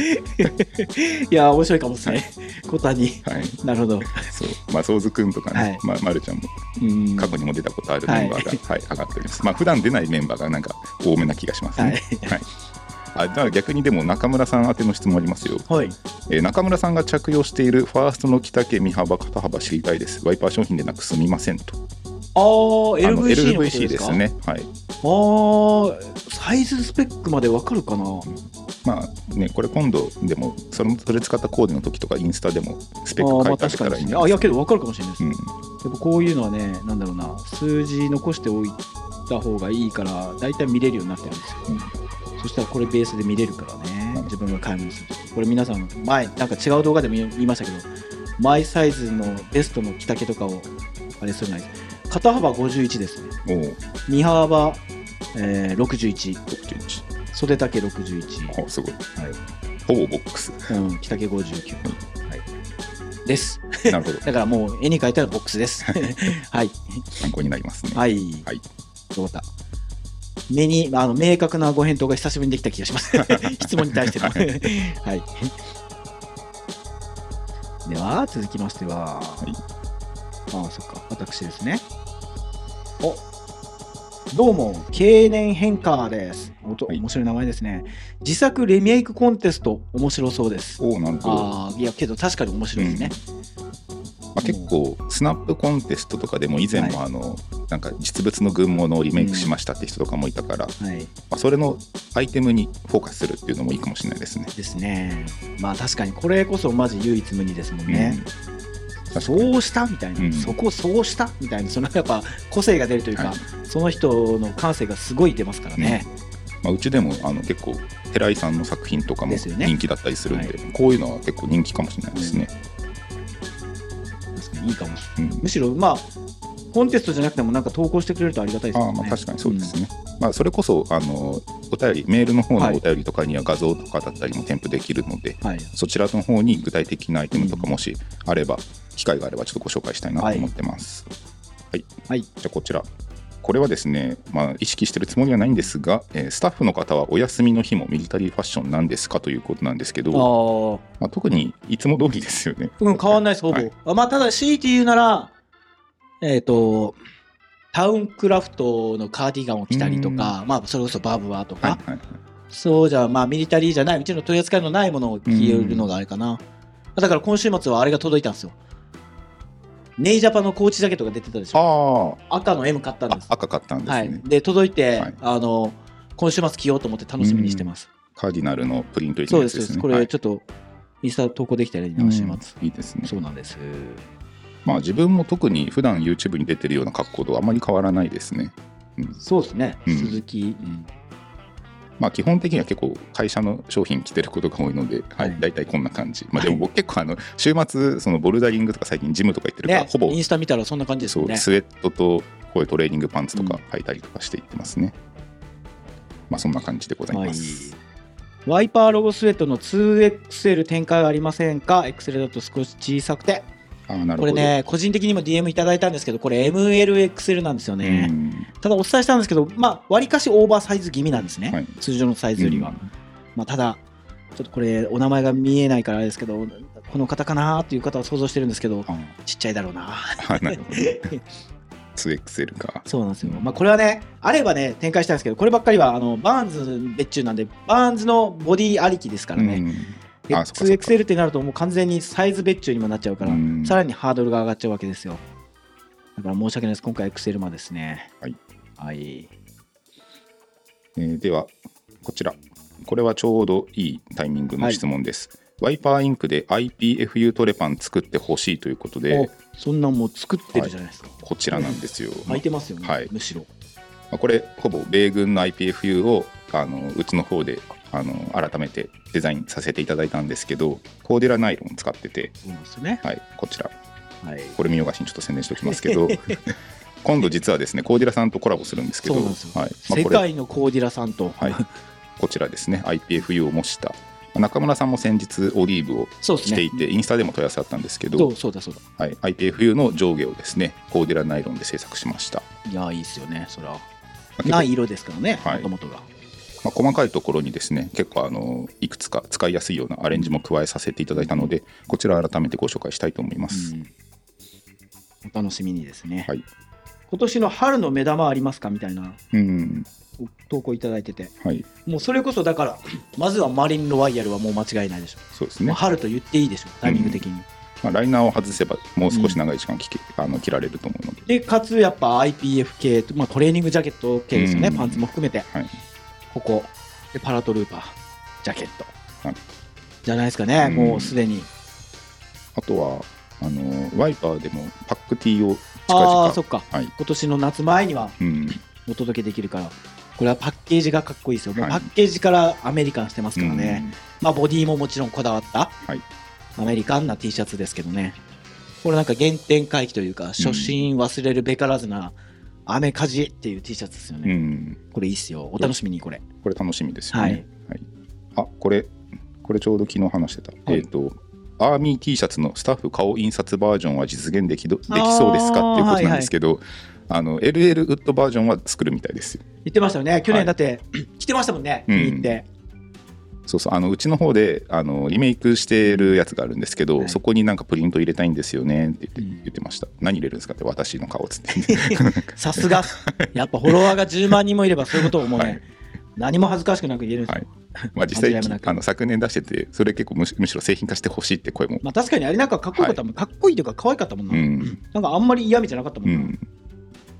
Speaker 4: いや面白いかもしれない小谷
Speaker 3: はい
Speaker 4: なるほど
Speaker 3: そうまあ宗津君とかね、
Speaker 4: はい
Speaker 3: まあ、まるちゃんも
Speaker 4: うん
Speaker 3: 過去にも出たことあるメンバーが、はい上がっておりますまあ普段出ないメンバーがなんか多めな気がしますねはい、あだから逆にでも中村さん宛ての質問ありますよ、
Speaker 4: はい
Speaker 3: えー中村さんが着用しているファーストの着丈身幅肩幅知りたいですワイパー商品でなくすみませんと
Speaker 4: あー
Speaker 3: あの
Speaker 4: LVC のことですか
Speaker 3: LVC ですねはい
Speaker 4: あーサイズスペックまでわかるかな
Speaker 3: まあねこれ今度でもそのそれ使ったコーデの時とかインスタでもスペック書いてあげたらいいんじゃない
Speaker 4: あい
Speaker 3: で
Speaker 4: や
Speaker 3: す
Speaker 4: けど分かるかもしれないです、
Speaker 3: かうん
Speaker 4: やっぱこういうのはねなんだろうな数字残しておいた方がいいから大体見れるようになってるんですよ、そしたらこれベースで見れるからね自分が買い物する時これ皆さん前なんか違う動画でも言い言いましたけどマイサイズのベストの着丈とかをあれするない肩幅51ですね
Speaker 3: おう
Speaker 4: 身幅、えー61
Speaker 3: 61
Speaker 4: 袖丈61、
Speaker 3: おすごい、ほぼボックス
Speaker 4: うん、着丈59、はい、です
Speaker 3: なるほど
Speaker 4: だからもう絵に描いたらボックスです はい
Speaker 3: 参考になりますね
Speaker 4: はい。
Speaker 3: はい
Speaker 4: どうだ目にあの明確なご返答が久しぶりにできた気がし ます。質問に対しての。 はい。では、続きましては、ああ、そっか、私ですね。おどうも、経年変化です。おと
Speaker 3: はい
Speaker 4: 面白い名前ですね。自作リメイクコンテスト、面白そうです。
Speaker 3: おおなるほど
Speaker 4: ああ、いや、けど確かに面白いですね。
Speaker 3: まあ、結構スナップコンテストとかでも以前もあの、なんか実物の群物をリメイクしましたって人とかもいたから、ま
Speaker 4: はい。
Speaker 3: あ、それのアイテムにフォーカスするっていうのもいいかもしれないですね。
Speaker 4: ですね。まあ確かにこれこそマジ唯一無二ですもん
Speaker 3: う
Speaker 4: ね
Speaker 3: ん。確かに
Speaker 4: そうしたみたいな、
Speaker 3: うん
Speaker 4: そこそうしたみたいな、そのやっぱ個性が出るというか、
Speaker 3: はい
Speaker 4: その人の感性がすごい出ますからね。
Speaker 3: まあ、うちでもあの結構寺井さんの作品とかも
Speaker 4: ですよね
Speaker 3: 人気だったりするんでこういうのは結構人気かもしれないですね。
Speaker 4: 確かにいいかもしれない。
Speaker 3: うん
Speaker 4: むしろまあコンテストじゃなくてもなんか投稿してくれるとありがたいです
Speaker 3: あ
Speaker 4: よ
Speaker 3: あ
Speaker 4: ね。
Speaker 3: まあ確かにそうですね、まあ、それこそあのお便りメールの方のお便りとかには画像とかだったりも添付できるので、
Speaker 4: うん。はい。
Speaker 3: そちらの方に具体的なアイテムとかもしあれば、機会があればちょっとご紹介したいなと思ってます。はい、
Speaker 4: はい
Speaker 3: じゃあこちらこれはですね、まあ、意識してるつもりはないんですが、えースタッフの方はお休みの日もミリタリーファッションなんですかということなんですけど、
Speaker 4: ああ、
Speaker 3: まあ、特にいつも通りですよね。
Speaker 4: うん変わんないですほ
Speaker 3: は
Speaker 4: ぼ。
Speaker 3: い
Speaker 4: あまあただ強いて言うならえっ、と。タウンクラフトのカーディガンを着たりとか、まあ、それこそバーブワーとか、
Speaker 3: はいはいはい
Speaker 4: そうじゃあまあミリタリーじゃないうちの取り扱いのないものを着るのがあれかな、だから今週末はあれが届いたんですよネイジャパのコーチジャケットが出てたでしょ
Speaker 3: あ
Speaker 4: 赤の M 買ったん
Speaker 3: ーあ
Speaker 4: です
Speaker 3: 赤かったんですね、
Speaker 4: はいで届いて、
Speaker 3: はい
Speaker 4: あの今週末着ようと思って楽しみにしてます、
Speaker 3: カーディナルのプリント入り
Speaker 4: そう
Speaker 3: のや
Speaker 4: で
Speaker 3: つ
Speaker 4: す
Speaker 3: で
Speaker 4: そうですす
Speaker 3: ね。
Speaker 4: こ
Speaker 3: は
Speaker 4: れ
Speaker 3: い
Speaker 4: ちょっとインスタ投稿できたらいいな週末、
Speaker 3: うんいいですね
Speaker 4: そうなんです
Speaker 3: まあ自分も特に普段 YouTube に出てるような格好とあまり変わらないですね。
Speaker 4: そうですね、
Speaker 3: うん
Speaker 4: 鈴木、うん
Speaker 3: まあ、基本的には結構会社の商品着てることが多いので、は
Speaker 4: はい
Speaker 3: い、大体こんな感じ、まあ、でも僕結構あの週末そのボルダリングとか最近ジムとか行ってるから、
Speaker 4: ね
Speaker 3: ほぼ
Speaker 4: インスタ見たらそんな感じです
Speaker 3: そ
Speaker 4: よ
Speaker 3: う
Speaker 4: ね
Speaker 3: スウェットとこういうトレーニングパンツとか履いたりとかしていってますね、まあそんな感じでございます、
Speaker 4: ワイパーロゴスウェットの 2XL 展開はありませんか ?XL だと少し小さくて。
Speaker 3: ああなる
Speaker 4: こ
Speaker 3: ほ
Speaker 4: れ
Speaker 3: ど
Speaker 4: ね、個人的にも DM いただいたんですけど、これ MLXL なんですよ
Speaker 3: う
Speaker 4: ね。
Speaker 3: ん
Speaker 4: ただお伝えしたんですけど、まあ、割かしオーバーサイズ気味なんですね。
Speaker 3: はい
Speaker 4: 通常のサイズよりは。まあ、ただ、ちょっとこれ、お名前が見えないからあれですけど、この方かなーっていう方は想像してるんですけど、
Speaker 3: あ
Speaker 4: ちっちゃいだろうな。
Speaker 3: あ なる ほど 2XL か
Speaker 4: そうなんですよ。まあ、これはね、あればね、展開したいんですけど、こればっかりは、あの、バーンズ別注なんで、バーンズのボディありきですからね。
Speaker 3: うんあそっかそっか
Speaker 4: 2XL ってなるともう完全にサイズ別注にもなっちゃうから、
Speaker 3: うん
Speaker 4: さらにハードルが上がっちゃうわけですよだから申し訳ないです今回 XL までですね
Speaker 3: はい、
Speaker 4: は
Speaker 3: え
Speaker 4: い、
Speaker 3: ーではこちらこれはちょうどいいタイミングの質問です、ワイパーインクで IPFU トレパン作ってほしいということで
Speaker 4: おそんなんもう作ってるじゃないですか、
Speaker 3: こちらなんですよ、
Speaker 4: 巻いてますよね、
Speaker 3: はい
Speaker 4: むしろ
Speaker 3: まあこれほぼ米軍の IPFU をあのうちの方であの改めてデザインさせていただいたんですけどコーデュラナイロン使ってて、
Speaker 4: そうなんですよね
Speaker 3: はい、こちら
Speaker 4: はい
Speaker 3: これ見よがしにちょっと宣伝しておきますけ ど今度実はですねコーデュラさんとコラボするんですけど
Speaker 4: そうなんですよ
Speaker 3: はいまあ
Speaker 4: 世
Speaker 3: これ
Speaker 4: 界のコーディラさんと、
Speaker 3: はい、こちらですね IPFU を模した中村さんも先日オリーブを
Speaker 4: そうです
Speaker 3: 着て
Speaker 4: ね
Speaker 3: いて、インスタでも問い合わせあったんですけ
Speaker 4: そ
Speaker 3: ど
Speaker 4: う、そうだそうだ
Speaker 3: はい、IPFU の上下をですねコーデュラナイロンで制作しました、
Speaker 4: いやいいっすよねそれは
Speaker 3: まあ結構
Speaker 4: ない色ですからね
Speaker 3: はい
Speaker 4: もともとが
Speaker 3: まあ、細かいところにですね結構あのいくつか使いやすいようなアレンジも加えさせていただいたのでこちら改めてご紹介したいと思います、
Speaker 4: うんお楽しみにですね、
Speaker 3: はい
Speaker 4: 今年の春の目玉ありますかみたいな
Speaker 3: うん
Speaker 4: 投稿いただいてて
Speaker 3: はい
Speaker 4: もうそれこそだからまずはマリン・ロワイヤルはもう間違いないでしょ、
Speaker 3: そうです
Speaker 4: もう
Speaker 3: ね、
Speaker 4: 春と言っていいでしょタイミング的に、
Speaker 3: まあ、ライナーを外せばもう少し長い時間着け、あの着られると思うので、
Speaker 4: でかつやっぱ IPF 系と、まあ、トレーニングジャケット系ですよね、
Speaker 3: うん
Speaker 4: パンツも含めて
Speaker 3: はい、
Speaker 4: ここでパラトルーパージャケット、
Speaker 3: はい
Speaker 4: じゃないですかね、
Speaker 3: うん
Speaker 4: もうすでに
Speaker 3: あとはあのワイパーでもパックティーを近
Speaker 4: ああーそ
Speaker 3: 々
Speaker 4: っか
Speaker 3: はい、
Speaker 4: 今年の夏前には
Speaker 3: うん、
Speaker 4: お届けできるからこれはパッケージがかっこいいですよもう
Speaker 3: はい
Speaker 4: パッケージからアメリカンしてますからね、
Speaker 3: うん
Speaker 4: まあ、ボディももちろんこだわった、
Speaker 3: い
Speaker 4: アメリカンな T シャツですけどね、これなんか原点回帰というか、初心忘れるべからずな、アメカジっていう T シャツですよ
Speaker 3: う
Speaker 4: ね。
Speaker 3: ん、
Speaker 4: これいいっすよ。お楽しみに、これ。
Speaker 3: これ楽しみですよね、はいあこれこれちょうど昨日話してた、
Speaker 4: はい
Speaker 3: えっ、とアーミー T シャツのスタッフ顔印刷バージョンは実現できどできそうですかっていうことなんですけどあの LL ウッドバージョンは作るみたいですよ
Speaker 4: 言ってましたよね。去
Speaker 3: は
Speaker 4: 年
Speaker 3: い
Speaker 4: だって、 着てましたもんね、
Speaker 3: うん
Speaker 4: 見に行って。
Speaker 3: そうそうあのうちの方であのリメイクしてるやつがあるんですけど、
Speaker 4: はい
Speaker 3: そこになんかプリント入れたいんですよねって言って,、
Speaker 4: うん
Speaker 3: 言ってました何入れるんですかって私の顔っつ って、
Speaker 4: さすが、やっぱフォロワーが10万人もいれば、そういうことをもうね、
Speaker 3: はい
Speaker 4: 何も恥ずかしくなく言えるんですよ。
Speaker 3: はいまあ、実際
Speaker 4: 間違いもなく
Speaker 3: あの昨年出しててそれ結構むしむしろ製品化してほしいって声も、
Speaker 4: まあ、確かにあれなんかかっこよかったもん、かっこいいというか、可愛かったもんな、
Speaker 3: うん
Speaker 4: なんかあんまり嫌味じゃなかったも
Speaker 3: うん
Speaker 4: な。
Speaker 3: ん、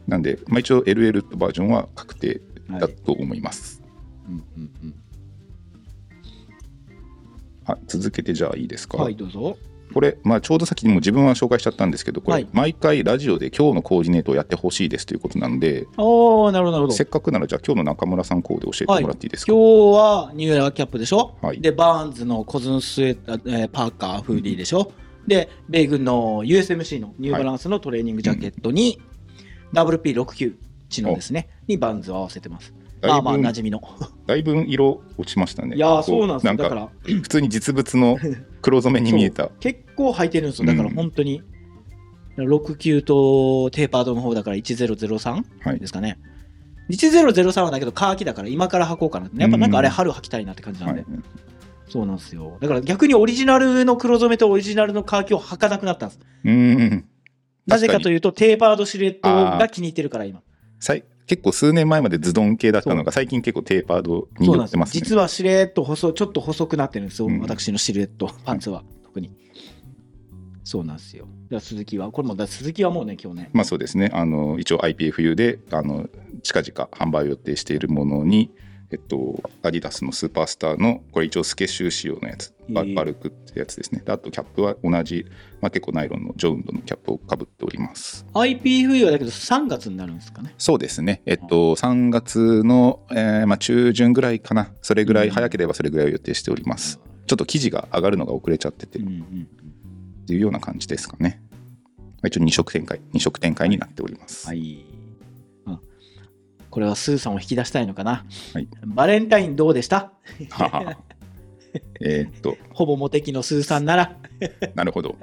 Speaker 3: なんで、まあ、一応 LL ウッドバージョンは確定
Speaker 4: はい
Speaker 3: だと思います、
Speaker 4: うんうん
Speaker 3: あ続けてじゃあいいです
Speaker 4: う
Speaker 3: か、
Speaker 4: んはい、どうぞ。
Speaker 3: これ、まあ、ちょうど先にも自分は紹介しちゃったんですけどこれ、
Speaker 4: はい
Speaker 3: 毎回ラジオで今日のコーディネートをやってほしいですということなので
Speaker 4: おー、なるほど、なるほど
Speaker 3: せ。っかくならじゃあ今日の中村さんコーデ教えてもらっていいですか、
Speaker 4: 今日はニューエラーキャップでしょ、
Speaker 3: はい
Speaker 4: でバーンズのコズンスウェット、えーパーカーフーディーでしょ、で米軍の USMC のニューバランスのトレーニングジャケットに、WP69 チノですねにバーンズを合わせてますま
Speaker 3: だい
Speaker 4: あ
Speaker 3: ぶ
Speaker 4: まあ馴染みの
Speaker 3: だいぶ色落ちましたね
Speaker 4: いやーそうなんですよ
Speaker 3: こ
Speaker 4: だか
Speaker 3: から普通に実物 の黒染めに見えた
Speaker 4: 結構履いてるんですよだから
Speaker 3: うん
Speaker 4: 本当に、69とテーパードの方だから1003
Speaker 3: はい
Speaker 4: ですかね1003はだけど乾きだから今から履こうかなってやっぱなんかあれ
Speaker 3: うん
Speaker 4: 春履きたいなって感じなん
Speaker 3: は
Speaker 4: で、
Speaker 3: い、
Speaker 4: そうなんですよ。だから逆にオリジナルの黒染めとオリジナルのカーキを履かなくなったんです。
Speaker 3: うん
Speaker 4: なぜかと
Speaker 3: いう
Speaker 4: いうと、テーパードシルエットが気に入ってるから今。
Speaker 3: 結構数年前までズドン系だったのが最近結構テーパードに
Speaker 4: そう
Speaker 3: 寄
Speaker 4: な
Speaker 3: っ
Speaker 4: んで
Speaker 3: て
Speaker 4: す
Speaker 3: ま
Speaker 4: よ。
Speaker 3: すね
Speaker 4: 実はシルエット細、ちょっと細くなってるんですよ。
Speaker 3: うん
Speaker 4: 私のシルエット、パンツは、特に。そうなんですよ。じゃあ鈴木は、これも、だから鈴木はもうね、今日ね。
Speaker 3: まあそうですねあの一応 IPFU であの近々販売を予定しているものにえっとアディダスのスーパースターのこれ一応スケッシュ仕様のやつバ
Speaker 4: ええ
Speaker 3: バルクってやつですねであとキャップは同じ、まあ、結構ナイロンのジョウンドのキャップをかぶっております
Speaker 4: IP 冬はだけど3月になるんですかね。
Speaker 3: そうですね、えっと、3月の、えーまあ、中旬ぐらいかな、それぐらい、
Speaker 4: うん
Speaker 3: 早ければそれぐらいを予定しております。ちょっと記事が上がるのが遅れちゃってて
Speaker 4: う
Speaker 3: っ
Speaker 4: んうん。
Speaker 3: ていうような感じですかね。一応、2色展開、2色展開になっております。
Speaker 4: はい。うんこれはスーさんを引き出したいのかな。
Speaker 3: はい
Speaker 4: バレンタインどうでした
Speaker 3: ははは えーっと、
Speaker 4: ほぼモテキのスーさんなら。
Speaker 3: なるほど。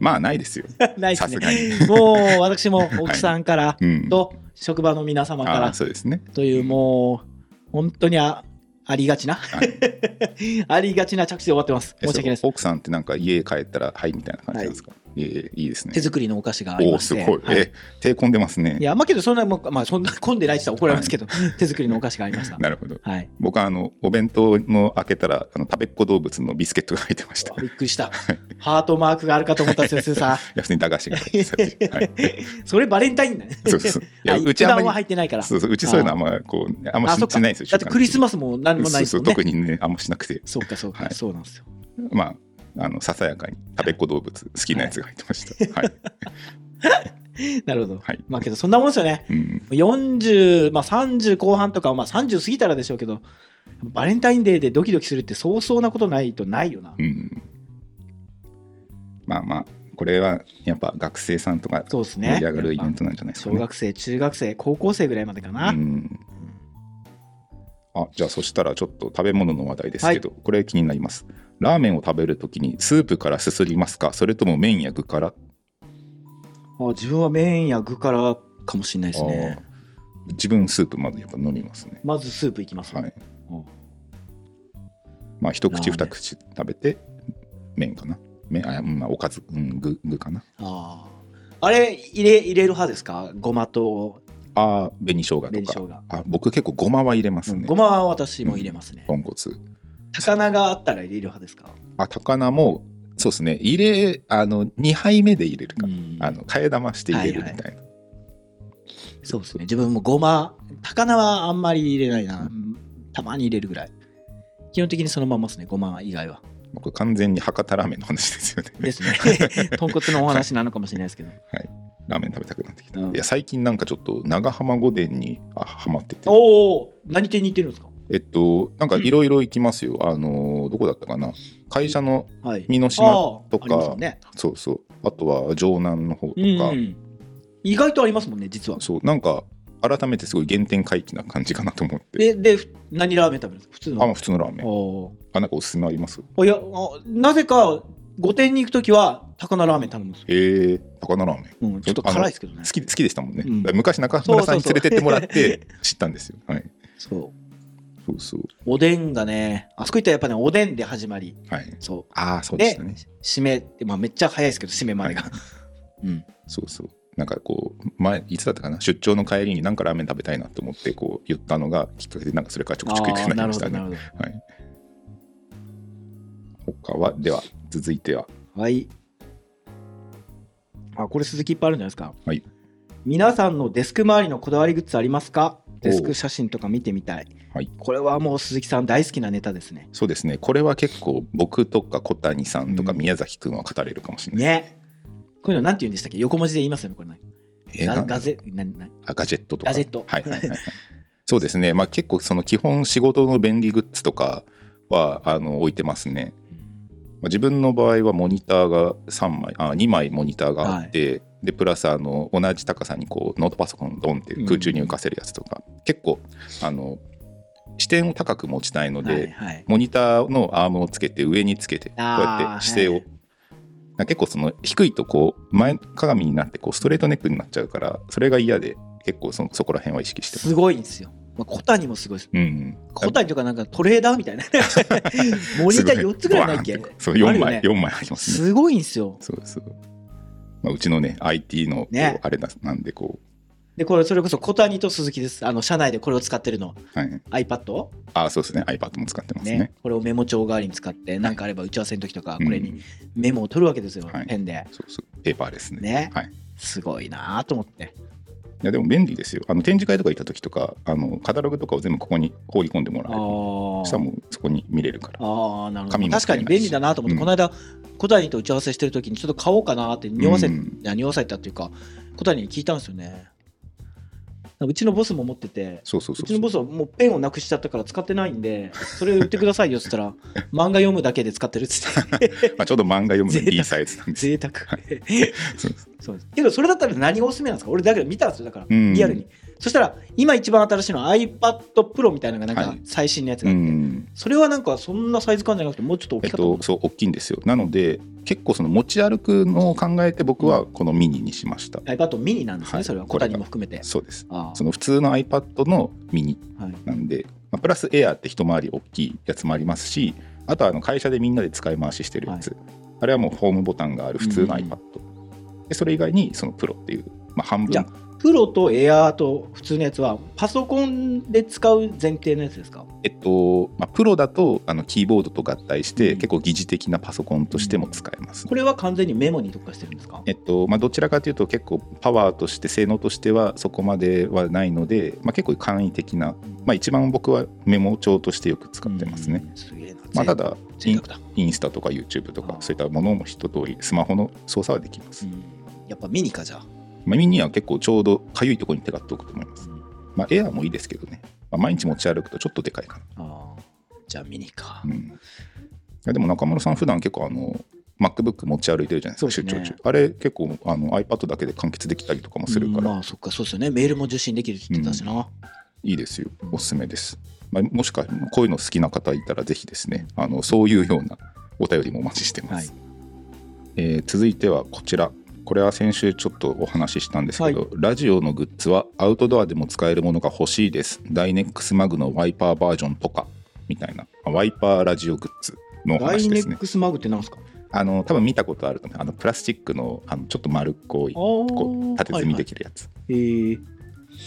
Speaker 3: まあ、ないです よ、
Speaker 4: ないで
Speaker 3: さ
Speaker 4: す
Speaker 3: す
Speaker 4: ね。
Speaker 3: がに。
Speaker 4: もう私も奥さんから
Speaker 3: うん、
Speaker 4: と職場の皆様か
Speaker 3: あ
Speaker 4: ら
Speaker 3: ーそうですね。
Speaker 4: というもう本当にあありがちな ありがちな着地で終わってます。
Speaker 3: え
Speaker 4: 申し訳ないで
Speaker 3: そ
Speaker 4: す
Speaker 3: う。奥さんってなんか家帰ったら、はいみたいな感じなんですか。い、えいえいいですね
Speaker 4: 手。作りのお菓子があり
Speaker 3: おおー、
Speaker 4: ますして
Speaker 3: ごい。
Speaker 4: はい
Speaker 3: え手込んでますね
Speaker 4: い。やまあけどそんなもうまあそんな混んでないって言ったら怒られますけど、手作りのお菓子がありまし た。
Speaker 3: なるほど。
Speaker 4: はい。
Speaker 3: 僕はあのお弁当の開けたらあの食べっ子動物のビスケットが入って ました。い
Speaker 4: びっくりした。ハートマークがあるかと思ったんですよ、スーさん。
Speaker 3: や普通に駄菓子が入ってた。はい、
Speaker 4: それバレンタインだね。
Speaker 3: そうそうそう。いや
Speaker 4: あ
Speaker 3: う
Speaker 4: 一
Speaker 3: ちあん
Speaker 4: 番は
Speaker 3: ま
Speaker 4: 入
Speaker 3: り
Speaker 4: ってないから。
Speaker 3: そうそううちそういうのあんまこうあんま
Speaker 4: あ
Speaker 3: し
Speaker 4: そっ
Speaker 3: し
Speaker 4: か
Speaker 3: ないですよ。
Speaker 4: だってクリスマスも何もない
Speaker 3: そうそう
Speaker 4: ですもんね
Speaker 3: 特。にねあんましなくて、
Speaker 4: そうかそうか、
Speaker 3: はい
Speaker 4: そうなんですよ。
Speaker 3: まああのささやかに食べっ子動物好きなやつが入ってま した。はい
Speaker 4: なるほど。
Speaker 3: はい。
Speaker 4: まあけどそんなもんですよね。
Speaker 3: うん
Speaker 4: 40、まあ、30後半とか、まあ、30過ぎたらでしょうけど、バレンタインデーでドキドキするってそうそうなことないとないよな。
Speaker 3: うん。まあまあこれはやっぱ学生さんとか
Speaker 4: そうですね。
Speaker 3: 盛り上がるイベントなんじゃないですか
Speaker 4: 小
Speaker 3: ね。
Speaker 4: 学生、中学生、高校生ぐらいまでかな。
Speaker 3: うん。あじゃあそしたらちょっと食べ物の話題ですけど、これ気になりますラーメンを食べるときにスープからすすりますかそれとも麺や具から
Speaker 4: あ自分は麺や具からかもしれないですね。
Speaker 3: あー自分スープまずやっぱ飲みますね
Speaker 4: まずスープいきます、ね
Speaker 3: はい
Speaker 4: うん
Speaker 3: まあ一口
Speaker 4: ラーメ
Speaker 3: 二
Speaker 4: ン
Speaker 3: 口食べて麺かな麺あ、うんまあ、おかず、うん、具具かな
Speaker 4: あーあれ入れ入れる派ですかごまと
Speaker 3: あー紅生姜と
Speaker 4: 紅生
Speaker 3: か
Speaker 4: 姜、
Speaker 3: あ僕結構ごまは入れますね、
Speaker 4: ごまは私も入れますね、
Speaker 3: 豚骨
Speaker 4: 高菜があったら入れる派ですか、
Speaker 3: あ高菜もそうですね入れあの2杯目で入れるか、あの替え玉して入れるみたいな、
Speaker 4: そうですね自分もごま高菜はあんまり入れないな、たまに入れるぐらい基本的にそのまんまですねごま以外は
Speaker 3: 僕完全に博多ラーメンの話ですよ
Speaker 4: で
Speaker 3: ね
Speaker 4: すね 豚骨のお話なのかもしれないですけど
Speaker 3: ラーメン食べたくなってきた、
Speaker 4: うん
Speaker 3: いや最近なんかちょっと長浜御殿にあハマってて
Speaker 4: おお何店に行ってるんですか
Speaker 3: えっとなんかいろいろ行きますよ、あのどこだったかな会社の
Speaker 4: はい
Speaker 3: 美濃島
Speaker 4: あー
Speaker 3: とか
Speaker 4: ありますよね
Speaker 3: そうそうあとは城南の方とか、
Speaker 4: うん意外とありますもんね実は
Speaker 3: そうなんか改めてすごい原点回帰な感じかなと思って
Speaker 4: でで何ラーメン食べるんですか普通
Speaker 3: あま
Speaker 4: の
Speaker 3: あ普通のラーメン
Speaker 4: お
Speaker 3: あなんかおすすめあります
Speaker 4: ーいやあなぜか御殿に行く時は高菜ラーメン頼むんですよ、
Speaker 3: へえ高菜ラーメン
Speaker 4: うん、ちょっと辛いですけどね
Speaker 3: 好き好きでしたもんね、
Speaker 4: うん
Speaker 3: 昔中村さんに
Speaker 4: そうそうそ
Speaker 3: 連れ
Speaker 4: う
Speaker 3: てってもら って知ったんですよはい
Speaker 4: そう
Speaker 3: そうそう
Speaker 4: おでんがねあそこ行ったらやっぱねおでんで始まり
Speaker 3: はい
Speaker 4: そ
Speaker 3: ああそううでし
Speaker 4: で
Speaker 3: たね
Speaker 4: 締めって、まあ、めっちゃ早いですけど締めまでが、うん
Speaker 3: そうそうなんかこう前いつだったかな出張の帰りになんかラーメン食べたいなと思ってこう言ったのがきっかけでなんかそれからちょくちょく行くよう
Speaker 4: あ
Speaker 3: に
Speaker 4: ー
Speaker 3: なりま
Speaker 4: なるほ
Speaker 3: した
Speaker 4: どなる
Speaker 3: ね
Speaker 4: ほ
Speaker 3: はい他はでは続いては
Speaker 4: どはいあこれ鈴木いっぱいあるんじゃないですか
Speaker 3: はい
Speaker 4: 皆さんのデスク周りのこだわりグッズありますかデス
Speaker 3: おう
Speaker 4: ク写真とか見てみたい、
Speaker 3: はい
Speaker 4: これはもう鈴木さん大好きなネタですね
Speaker 3: そうですねこれは結構僕とか小谷さんとか
Speaker 4: うん
Speaker 3: 宮崎くんは語れるかもしれない、
Speaker 4: ねこういうのなんて言うんでしたっけ横文字で言いますよねこれね
Speaker 3: え
Speaker 4: ガ
Speaker 3: なん
Speaker 4: ガゼなな
Speaker 3: あガジェットとか
Speaker 4: ガジェット
Speaker 3: はいはい はいはい、そうですねまあ結構その基本仕事の便利グッズとかはあの置いてますねまあ自分の場合はモニターが3枚あ2枚モニターがあって、でプラスあの同じ高さにこうノートパソコンドンって空中に浮かせるやつとか、結構あの視点を高く持ちたいので、
Speaker 4: はいはい
Speaker 3: モニターのアームをつけて上につけてこう
Speaker 4: あー
Speaker 3: やって姿勢を、
Speaker 4: はい
Speaker 3: な結構その低いとこう前かがみになってこうストレートネックになっちゃうからそれが嫌で結構そのそこら辺は意識してます。
Speaker 4: すごいんですよ、まあ、小谷もすごいです
Speaker 3: うんうん、
Speaker 4: 小谷とかなんかトレーダーみた いなモニター4つぐらいないっ
Speaker 3: す
Speaker 4: け
Speaker 3: ごバーンてそう4枚
Speaker 4: あるよね
Speaker 3: 四枚ありますね。
Speaker 4: すごいんですよ
Speaker 3: そうそう。まあ、うちのね IT のこう
Speaker 4: ね
Speaker 3: あれななんでこ
Speaker 4: でこれそれこそ小谷と鈴木ですあの社内でこれを使ってる
Speaker 3: う、
Speaker 4: の
Speaker 3: はい、
Speaker 4: iPad を
Speaker 3: あそうですね iPad も使ってます
Speaker 4: ね
Speaker 3: ね。
Speaker 4: これをメモ帳代わりに使って何かあれば打ち合わせの時とかこれ
Speaker 3: う
Speaker 4: に
Speaker 3: ん
Speaker 4: メモを取るわけですよ、
Speaker 3: はい
Speaker 4: ペンで
Speaker 3: そうそうペーパーですね。
Speaker 4: ね
Speaker 3: はい。
Speaker 4: すごいなぁと思って
Speaker 3: いやでも便利ですよ。あの展示会とか行った時とかあのカタログとかを全部ここに放り込んでも
Speaker 4: あ
Speaker 3: らえる。そしたら
Speaker 4: ー
Speaker 3: もうそこに見れるから。
Speaker 4: あーなるほ
Speaker 3: 紙
Speaker 4: ど
Speaker 3: も
Speaker 4: 確かに便利だなと思って、
Speaker 3: うん
Speaker 4: この間小谷と打ち合わせしてる時にちょっと買おうかなって匂わせ、
Speaker 3: うん
Speaker 4: いや匂わせたっていうか小谷に聞いたんですよねうちのボスも持ってて
Speaker 3: そうそうそうう
Speaker 4: ちのボスはもうペンをなくしちゃったから使ってないんで、それ売ってくださいよって言ったら、 漫画読むだけで使ってるって言って、
Speaker 3: まあ、ちょうど漫画読むの
Speaker 4: 贅沢
Speaker 3: いいサイズなんですよ。
Speaker 4: 贅沢
Speaker 3: そう
Speaker 4: そうですけど、それだったら何がおすすめなんですか俺、だけど見たんですよ、だから、
Speaker 3: うん
Speaker 4: リアルに。そしたら、今一番新しいのは iPad Pro みたいなのがなん
Speaker 3: は
Speaker 4: か
Speaker 3: い
Speaker 4: 最新のやつ
Speaker 3: う
Speaker 4: があって、
Speaker 3: ん
Speaker 4: それはなんかそんなサイズ感じゃなくて、もうちょっと大
Speaker 3: え
Speaker 4: き
Speaker 3: っ
Speaker 4: かったもん
Speaker 3: と、そう大きいんですよなので結構その持ち歩くのを考えて僕はこのミニにしました、
Speaker 4: iPad mini なんですね、
Speaker 3: はい
Speaker 4: それは、小
Speaker 3: これが
Speaker 4: 谷も含めて。
Speaker 3: そうです
Speaker 4: ああ
Speaker 3: その普通の iPad のミニ
Speaker 4: はい
Speaker 3: なんで、まあ、プラスエアーって一回り大きいやつもありますしあとはあの会社でみんなで使い回ししてるやつ、あれはもうホームボタンがある普通の iPad、でそれ以外にそのプロっていう、まあ、半
Speaker 4: じゃ
Speaker 3: 分
Speaker 4: あプロとエアーと普通のやつは、パソコンで使う前提のやつですか
Speaker 3: えっと、まあ、プロだとあのキーボードと合体して、
Speaker 4: うん
Speaker 3: 結構疑似的なパソコンとしても使えます、
Speaker 4: これは完全にメモに特化してるんですか
Speaker 3: えっとまあ、どちらかというと結構パワーとして性能としてはそこまではないので、まあ、結構簡易的な、まあ、一番僕はメモ帳としてよく使ってますね
Speaker 4: う。ん。すげえな。
Speaker 3: まあ、ただイ
Speaker 4: 贅
Speaker 3: ン
Speaker 4: 沢だ、
Speaker 3: インスタとか YouTube とか
Speaker 4: あー
Speaker 3: そういったものも一通りスマホの操作はできます。
Speaker 4: やっぱミニかじゃあ。
Speaker 3: まあ、ミニは結構ちょうどかゆいところに手が届くと思います。まあ、エアーもいいですけどね、まあ、毎日持ち歩くとちょっとでかいかな。
Speaker 4: ああじゃあミニか。
Speaker 3: うん、いやでも中村さん普段結構あの MacBook 持ち歩いてるじゃないですか
Speaker 4: そうですね
Speaker 3: 出張中あれ結構あの iPad だけで完結できたりとかもするか
Speaker 4: うん
Speaker 3: ら、
Speaker 4: まあそっかそうですよねメールも受信できるって言ってたしな、
Speaker 3: いいですよおすすめですまあ、もしかこういうの好きな方いたらぜひですねあのそういうようなお便りもお待ちしてます、えー続いてはこちらこれは先週ちょっとお話ししたんですけど、
Speaker 4: は
Speaker 3: ラジオのグッズはアウトドアでも使えるものが欲しいですダイネックスマグのワイパーバージョンとかみたいなまあワイパーラジオグッズのお
Speaker 4: ダイ
Speaker 3: 話
Speaker 4: ネ
Speaker 3: です
Speaker 4: ッ
Speaker 3: ね
Speaker 4: クスマグってなんですか
Speaker 3: あの多分見たことあると思うあのプラスチックのあのちょっと丸っこいこう
Speaker 4: こ
Speaker 3: 縦積みできるやつ、
Speaker 4: る。えー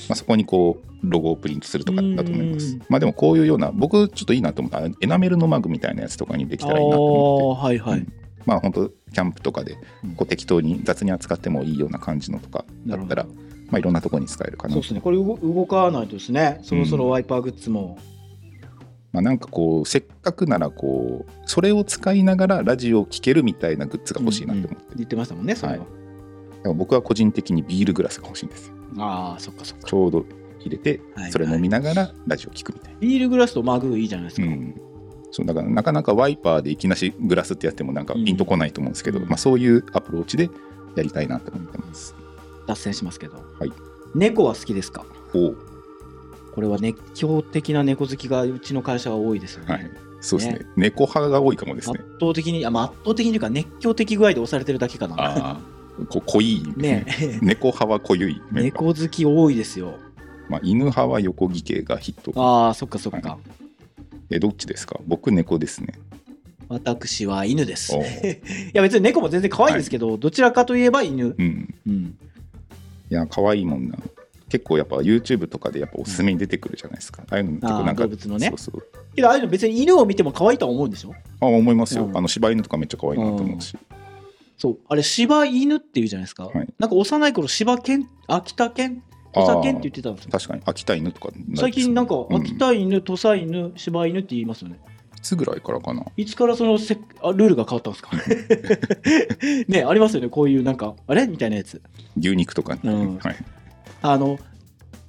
Speaker 3: まあ、そこにこうロゴをプリントするとかだと思いま
Speaker 4: う
Speaker 3: す
Speaker 4: ん。
Speaker 3: まあでもこういうような僕ちょっといいなと思ったあのエナメルのマグみたいなやつとかにできたらいいなと思って
Speaker 4: あーはいはい。
Speaker 3: まあ本当キャンプとかでこう適当に雑に扱ってもいいような感じのとかだったら
Speaker 4: なるほど
Speaker 3: まあいろんなところに使えるかな
Speaker 4: そうですね。これ動動かないとですね。そろそろワイパーグッズも。
Speaker 3: まあなんかこうせっかくならこうそれを使いながらラジオを聴けるみたいなグッズが欲しいなと思って、
Speaker 4: うんうん言ってましたもんね。それは。
Speaker 3: はだから僕は個人的にビールグラスが欲しいんですよ
Speaker 4: ああそっかそっか。
Speaker 3: ちょうど入れて
Speaker 4: はいはい
Speaker 3: それ飲みながらラジオ聴くみたいな、
Speaker 4: ビールグラスとマグいいじゃないですか。
Speaker 3: うん、そうだからなかなかワイパーでいきなしグラスってやってもなんかピンとこないと思うんですけど、
Speaker 4: うん
Speaker 3: まあ、そういうアプローチでやりたいなと思ってます。
Speaker 4: 脱線しますけど。
Speaker 3: い
Speaker 4: 猫は好きですか。
Speaker 3: おう
Speaker 4: これは熱狂的な猫好きがうちの会社は多いですよね。
Speaker 3: はい、そうですね猫派が多いかもですね
Speaker 4: 圧。倒的にあ、まあ、圧倒的にというか熱狂的具合で押されてるだけかな。
Speaker 3: ああこ濃い、
Speaker 4: ね
Speaker 3: 猫派は濃ゆいメンバー
Speaker 4: 猫好き多いですよ。
Speaker 3: まあ、犬派は横木系がヒット
Speaker 4: ああそっかそっか。
Speaker 3: はえどっちですか僕猫です ね
Speaker 4: 私は犬です。
Speaker 3: お、
Speaker 4: いうや別に猫も全然可愛いんですけど、どちらかといえば犬。
Speaker 3: うん、
Speaker 4: うん。
Speaker 3: いや可愛いもんな結構やっぱ YouTube とかでやっぱおすすめに出てくるじゃないですか、ああいうの結構なんか
Speaker 4: あー動物のね
Speaker 3: そうそう
Speaker 4: けどああいうの別に犬を見ても可愛いとは思うんでしょ
Speaker 3: あ思いますよ、
Speaker 4: うん
Speaker 3: あの柴犬とかめっちゃ可愛いなと思うし、
Speaker 4: そう。あれ柴犬っていうじゃないですか。
Speaker 3: はい
Speaker 4: なんか幼い頃柴犬、秋田犬、土佐犬って言ってたんですよ。
Speaker 3: 確かに秋田犬とか
Speaker 4: 最近なんか秋
Speaker 3: い
Speaker 4: 田犬、土佐犬、柴犬って言いますよね。
Speaker 3: つぐらいからかない
Speaker 4: つからそのせあルールが変わった んですかねありますよねこういうなんかあれみたいなやつ
Speaker 3: 牛肉とかね、
Speaker 4: うん
Speaker 3: はい、
Speaker 4: あの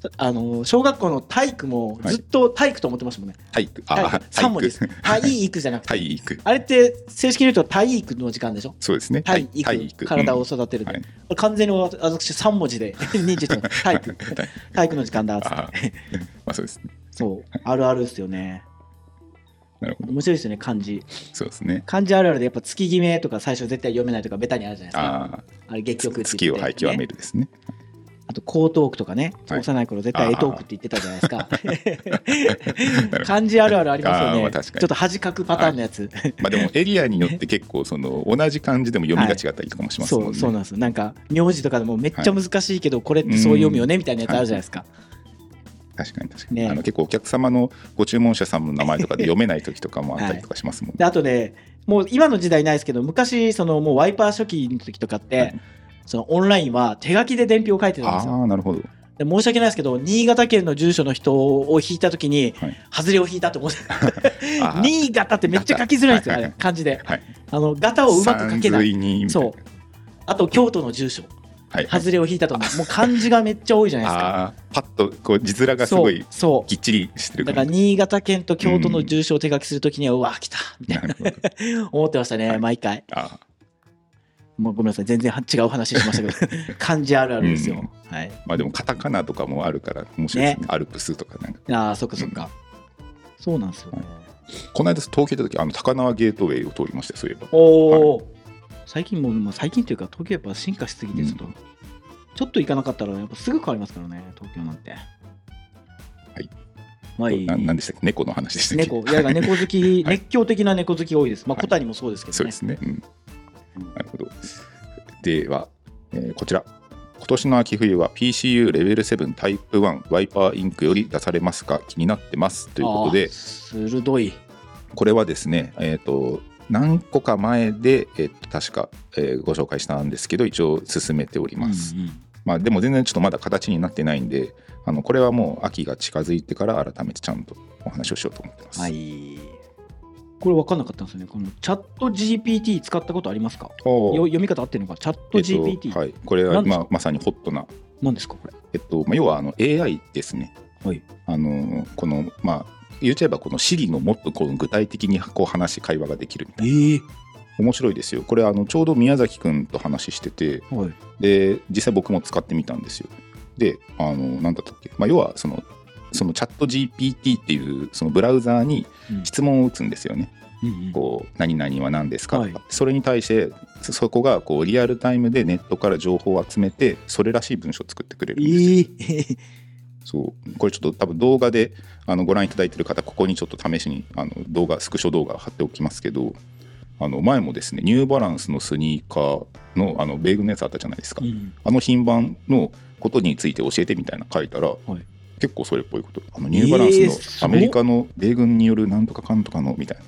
Speaker 4: たあの小学校の体育もずっと体育と思ってましたもんね、
Speaker 3: 体育
Speaker 4: 体
Speaker 3: あ
Speaker 4: 育
Speaker 3: 体
Speaker 4: 三文字 です
Speaker 3: 育
Speaker 4: 体育じゃなくて、
Speaker 3: 体育
Speaker 4: あれって正式に言うと体育の時間でしょ
Speaker 3: そうですね
Speaker 4: 体育
Speaker 3: 体育
Speaker 4: 体を
Speaker 3: うん
Speaker 4: 育てる、
Speaker 3: は
Speaker 4: で
Speaker 3: い
Speaker 4: 完全に私3文 字で認知してます体育
Speaker 3: 体
Speaker 4: 体育の時間だっつって
Speaker 3: あー まあそうですね
Speaker 4: そうあるあるですよね
Speaker 3: なるほど
Speaker 4: 面白いですよね漢字
Speaker 3: そう ですね
Speaker 4: 漢字あるあるでやっぱ月決めとか最初絶対読めないとかベタにあるじゃないですか
Speaker 3: あ
Speaker 4: あれ激
Speaker 3: ー
Speaker 4: 欲って
Speaker 3: 月
Speaker 4: 言っ
Speaker 3: を
Speaker 4: て
Speaker 3: はい極めるですね
Speaker 4: あと、江東区とかね、
Speaker 3: はい
Speaker 4: 幼い頃絶対江東区って言ってたじゃないですか。
Speaker 3: ど
Speaker 4: 漢字あるあるありますよ
Speaker 3: あーま
Speaker 4: ね。
Speaker 3: あ
Speaker 4: ちょ
Speaker 3: 確かに
Speaker 4: っと恥かくパターンのやつ。
Speaker 3: まあでもエリアによって結構その同じ漢字でも読みが違ったりとかもしますもん
Speaker 4: そ
Speaker 3: ね、
Speaker 4: う、そうなんですよ。なんか、名字とかでもめっちゃ難しいけど、これってそう読むよねみたいなやつあるじゃないですか。
Speaker 3: 確かに確かに、
Speaker 4: ね
Speaker 3: あの結構お客様のご注文者さんの名前とかで読めない時とかもあったりとかしますもんね、
Speaker 4: で、あとね、もう今の時代ないですけど、昔、そのもうワイパー初期の時とかって、
Speaker 3: はい
Speaker 4: そのオンラインは手書きで伝票を書いてたんですよ。
Speaker 3: ああなるほど
Speaker 4: で申し訳ないですけど、新潟県の住所の人を引いた時に、
Speaker 3: はい
Speaker 4: 外れを引いたと思って、
Speaker 3: あー
Speaker 4: 新潟ってめっちゃ書きづらいんですよ、あ
Speaker 3: はいはい
Speaker 4: れ
Speaker 3: は、い
Speaker 4: 漢字で。
Speaker 3: はい
Speaker 4: あの、ガタをうまく書けない。
Speaker 3: いにみたいな
Speaker 4: そう。あと京都の住所、
Speaker 3: はいはい
Speaker 4: 外れを引いたと思う。もう漢字がめっちゃ多いじゃないですか。
Speaker 3: あーパッとこう字面がすごい
Speaker 4: そうそ
Speaker 3: ぎっちりして
Speaker 4: う。
Speaker 3: る
Speaker 4: だから
Speaker 3: 感じ
Speaker 4: 新潟県と京都の住所を手書きするときには、うわ、来たみたい
Speaker 3: なるほど
Speaker 4: な思ってましたね、
Speaker 3: はい
Speaker 4: 毎回。
Speaker 3: あ
Speaker 4: もうごめんなさい、全然は違う話しましたけ ど、漢字あるあるですよ。はい。
Speaker 3: ーまあでもカタカナとかもあるから面白いですねアルプスとかなんか
Speaker 4: ああ、そっかそっか。そうなんですよね。
Speaker 3: この間東京行った時あの高輪ゲートウェイを通りましたよそういえば
Speaker 4: おお、最近もう、まあ、最近というか、東京やっぱ進化しすぎて、ちょっと、
Speaker 3: うん
Speaker 4: ちょっと行かなかったら、やっぱすぐ変わりますからね、東京なんて。はい。はい。
Speaker 3: ななんでしたっけ 猫の話でしたっけ
Speaker 4: 猫、いや、
Speaker 3: はい
Speaker 4: 猫好き、
Speaker 3: はい
Speaker 4: 熱狂的な猫好き多いです。まあ、
Speaker 3: はい
Speaker 4: 小谷もそうですけ
Speaker 3: そう
Speaker 4: どね
Speaker 3: で。すね、うん
Speaker 4: うん
Speaker 3: なるほどでは、えーこちら今年の秋冬は PCU レベル7タイプ1ワイパーインクより出されますか気になってますということ
Speaker 4: あ
Speaker 3: で
Speaker 4: ー鋭い。
Speaker 3: これはですね、えー、と何個か前で、えーと確か、えーご紹介したんですけど一応進めております、
Speaker 4: うんうん
Speaker 3: まあ、でも全然ちょっとまだ形になってないんであのこれはもう秋が近づいてから改めてちゃんとお話をしようと思ってます、
Speaker 4: はい。これ分かんなかったんですよね。このチャット GPT 使ったことありますか
Speaker 3: おー
Speaker 4: よ読み方合ってるのかチャット
Speaker 3: えー
Speaker 4: GPT、
Speaker 3: とはい、これは
Speaker 4: 何です
Speaker 3: まあまさにホットな
Speaker 4: 何ですかこれ。
Speaker 3: えっと、まあ、要はあの AI ですね。
Speaker 4: はい
Speaker 3: あのこのまあ言っちゃえばこの Siri のもっとこう具体的にこう話会話ができるみたい
Speaker 4: ええ
Speaker 3: な面白いですよこれあのちょうど宮崎くんと話してて
Speaker 4: はい。
Speaker 3: で実際僕も使ってみたんですよであのなんだったっけ、まあ、要はそのそのチャット GPT っていうそのブラウザーに
Speaker 4: うん
Speaker 3: 質問を打つんですよね。
Speaker 4: うん
Speaker 3: こう何々は何ですか
Speaker 4: はい
Speaker 3: とかそれに対してそそこがこうリアルタイムでネットから情報を集めてそれらしい文章を作ってくれるんですよ
Speaker 4: いい。
Speaker 3: そうこれちょっと多分動画であのご覧いただいてる方ここにちょっと試しにあの動画スクショ動画を貼っておきますけどあの前もですねニューバランスのスニーカーのあのベーグのやつあったじゃないですか、
Speaker 4: うん
Speaker 3: あの品番のことについて教えてみたいな書いたら、結構それっぽいことあのニューバランス
Speaker 4: え
Speaker 3: の
Speaker 4: ーすご
Speaker 3: アメリカの米軍によるなんとかかんとかのみたいな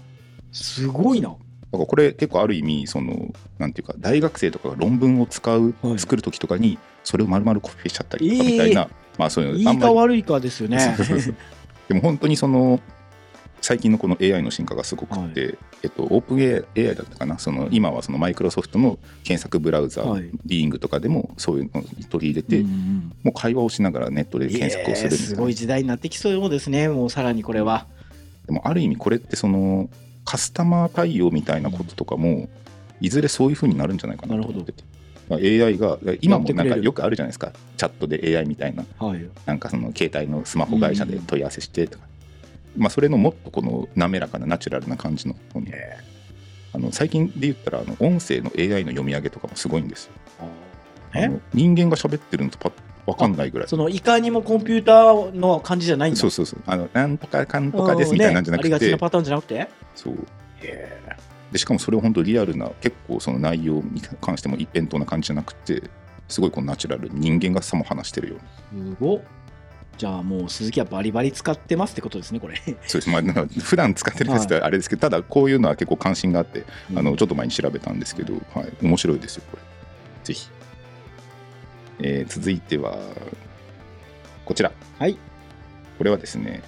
Speaker 4: すごいな。
Speaker 3: だからこれ結構ある意味そのなんていうか大学生とかが論文を使う、
Speaker 4: はい
Speaker 3: 作る時とかにそれを丸々コピーしちゃったりとかみたいな、まあそういう
Speaker 4: い
Speaker 3: あ
Speaker 4: い
Speaker 3: んま
Speaker 4: か
Speaker 3: り
Speaker 4: 悪いかです よね
Speaker 3: そう。 そうそうでも本当にその最近のこの AI の進化がすごくって、えっと、オープン AI だったかなその今はそのマイクロソフトの検索ブラウザ、
Speaker 4: はい
Speaker 3: ビーイングとかでもそういうのを取り入れて、
Speaker 4: うんうん
Speaker 3: もう会話をしながらネットで検索をするみ
Speaker 4: えー
Speaker 3: たい
Speaker 4: す
Speaker 3: な、
Speaker 4: ごい時代になってきそうですね。もうさらにこれは。
Speaker 3: でもある意味これってそのカスタマー対応みたいなこととかもいずれそういうふうになるんじゃないかなと思ってて。だから AI が今もなん
Speaker 4: やってくれ
Speaker 3: か
Speaker 4: る
Speaker 3: よくあるじゃないですかチャットで AI みたいな
Speaker 4: はい。
Speaker 3: なんかその携帯のスマホ会社で問い合わせしてとか、まあ、それのもっとこの滑らかなナチュラルな感じの方にあの最近で言ったらあの音声の AI の読み上げとかもすごいんですよ。
Speaker 4: え
Speaker 3: あの人間が喋ってるのとパッ分かんないぐらい。
Speaker 4: そのいかにもコンピューターの感じじゃないんだ。
Speaker 3: そうそうそうあのなんとかかんとかですみたいなんじゃなく
Speaker 4: うんねありが
Speaker 3: て、
Speaker 4: ちなパターンじゃなくて。
Speaker 3: そうでしかもそれを本当リアルな結構その内容に関しても一辺倒な感じじゃなくてすごいこうナチュラルに人間がさも話してるような
Speaker 4: すごっ。じゃあもう鈴木はバリバリ使ってますってことですね、これ。
Speaker 3: そうですまあなんか普段使ってるやつってあれですけど、ただこういうのは結構関心があってあのちょっと前に調べたんですけど、はい、面白いですよ、これ。ぜひ。えー続いては、こちら。
Speaker 4: はい。
Speaker 3: これはですね、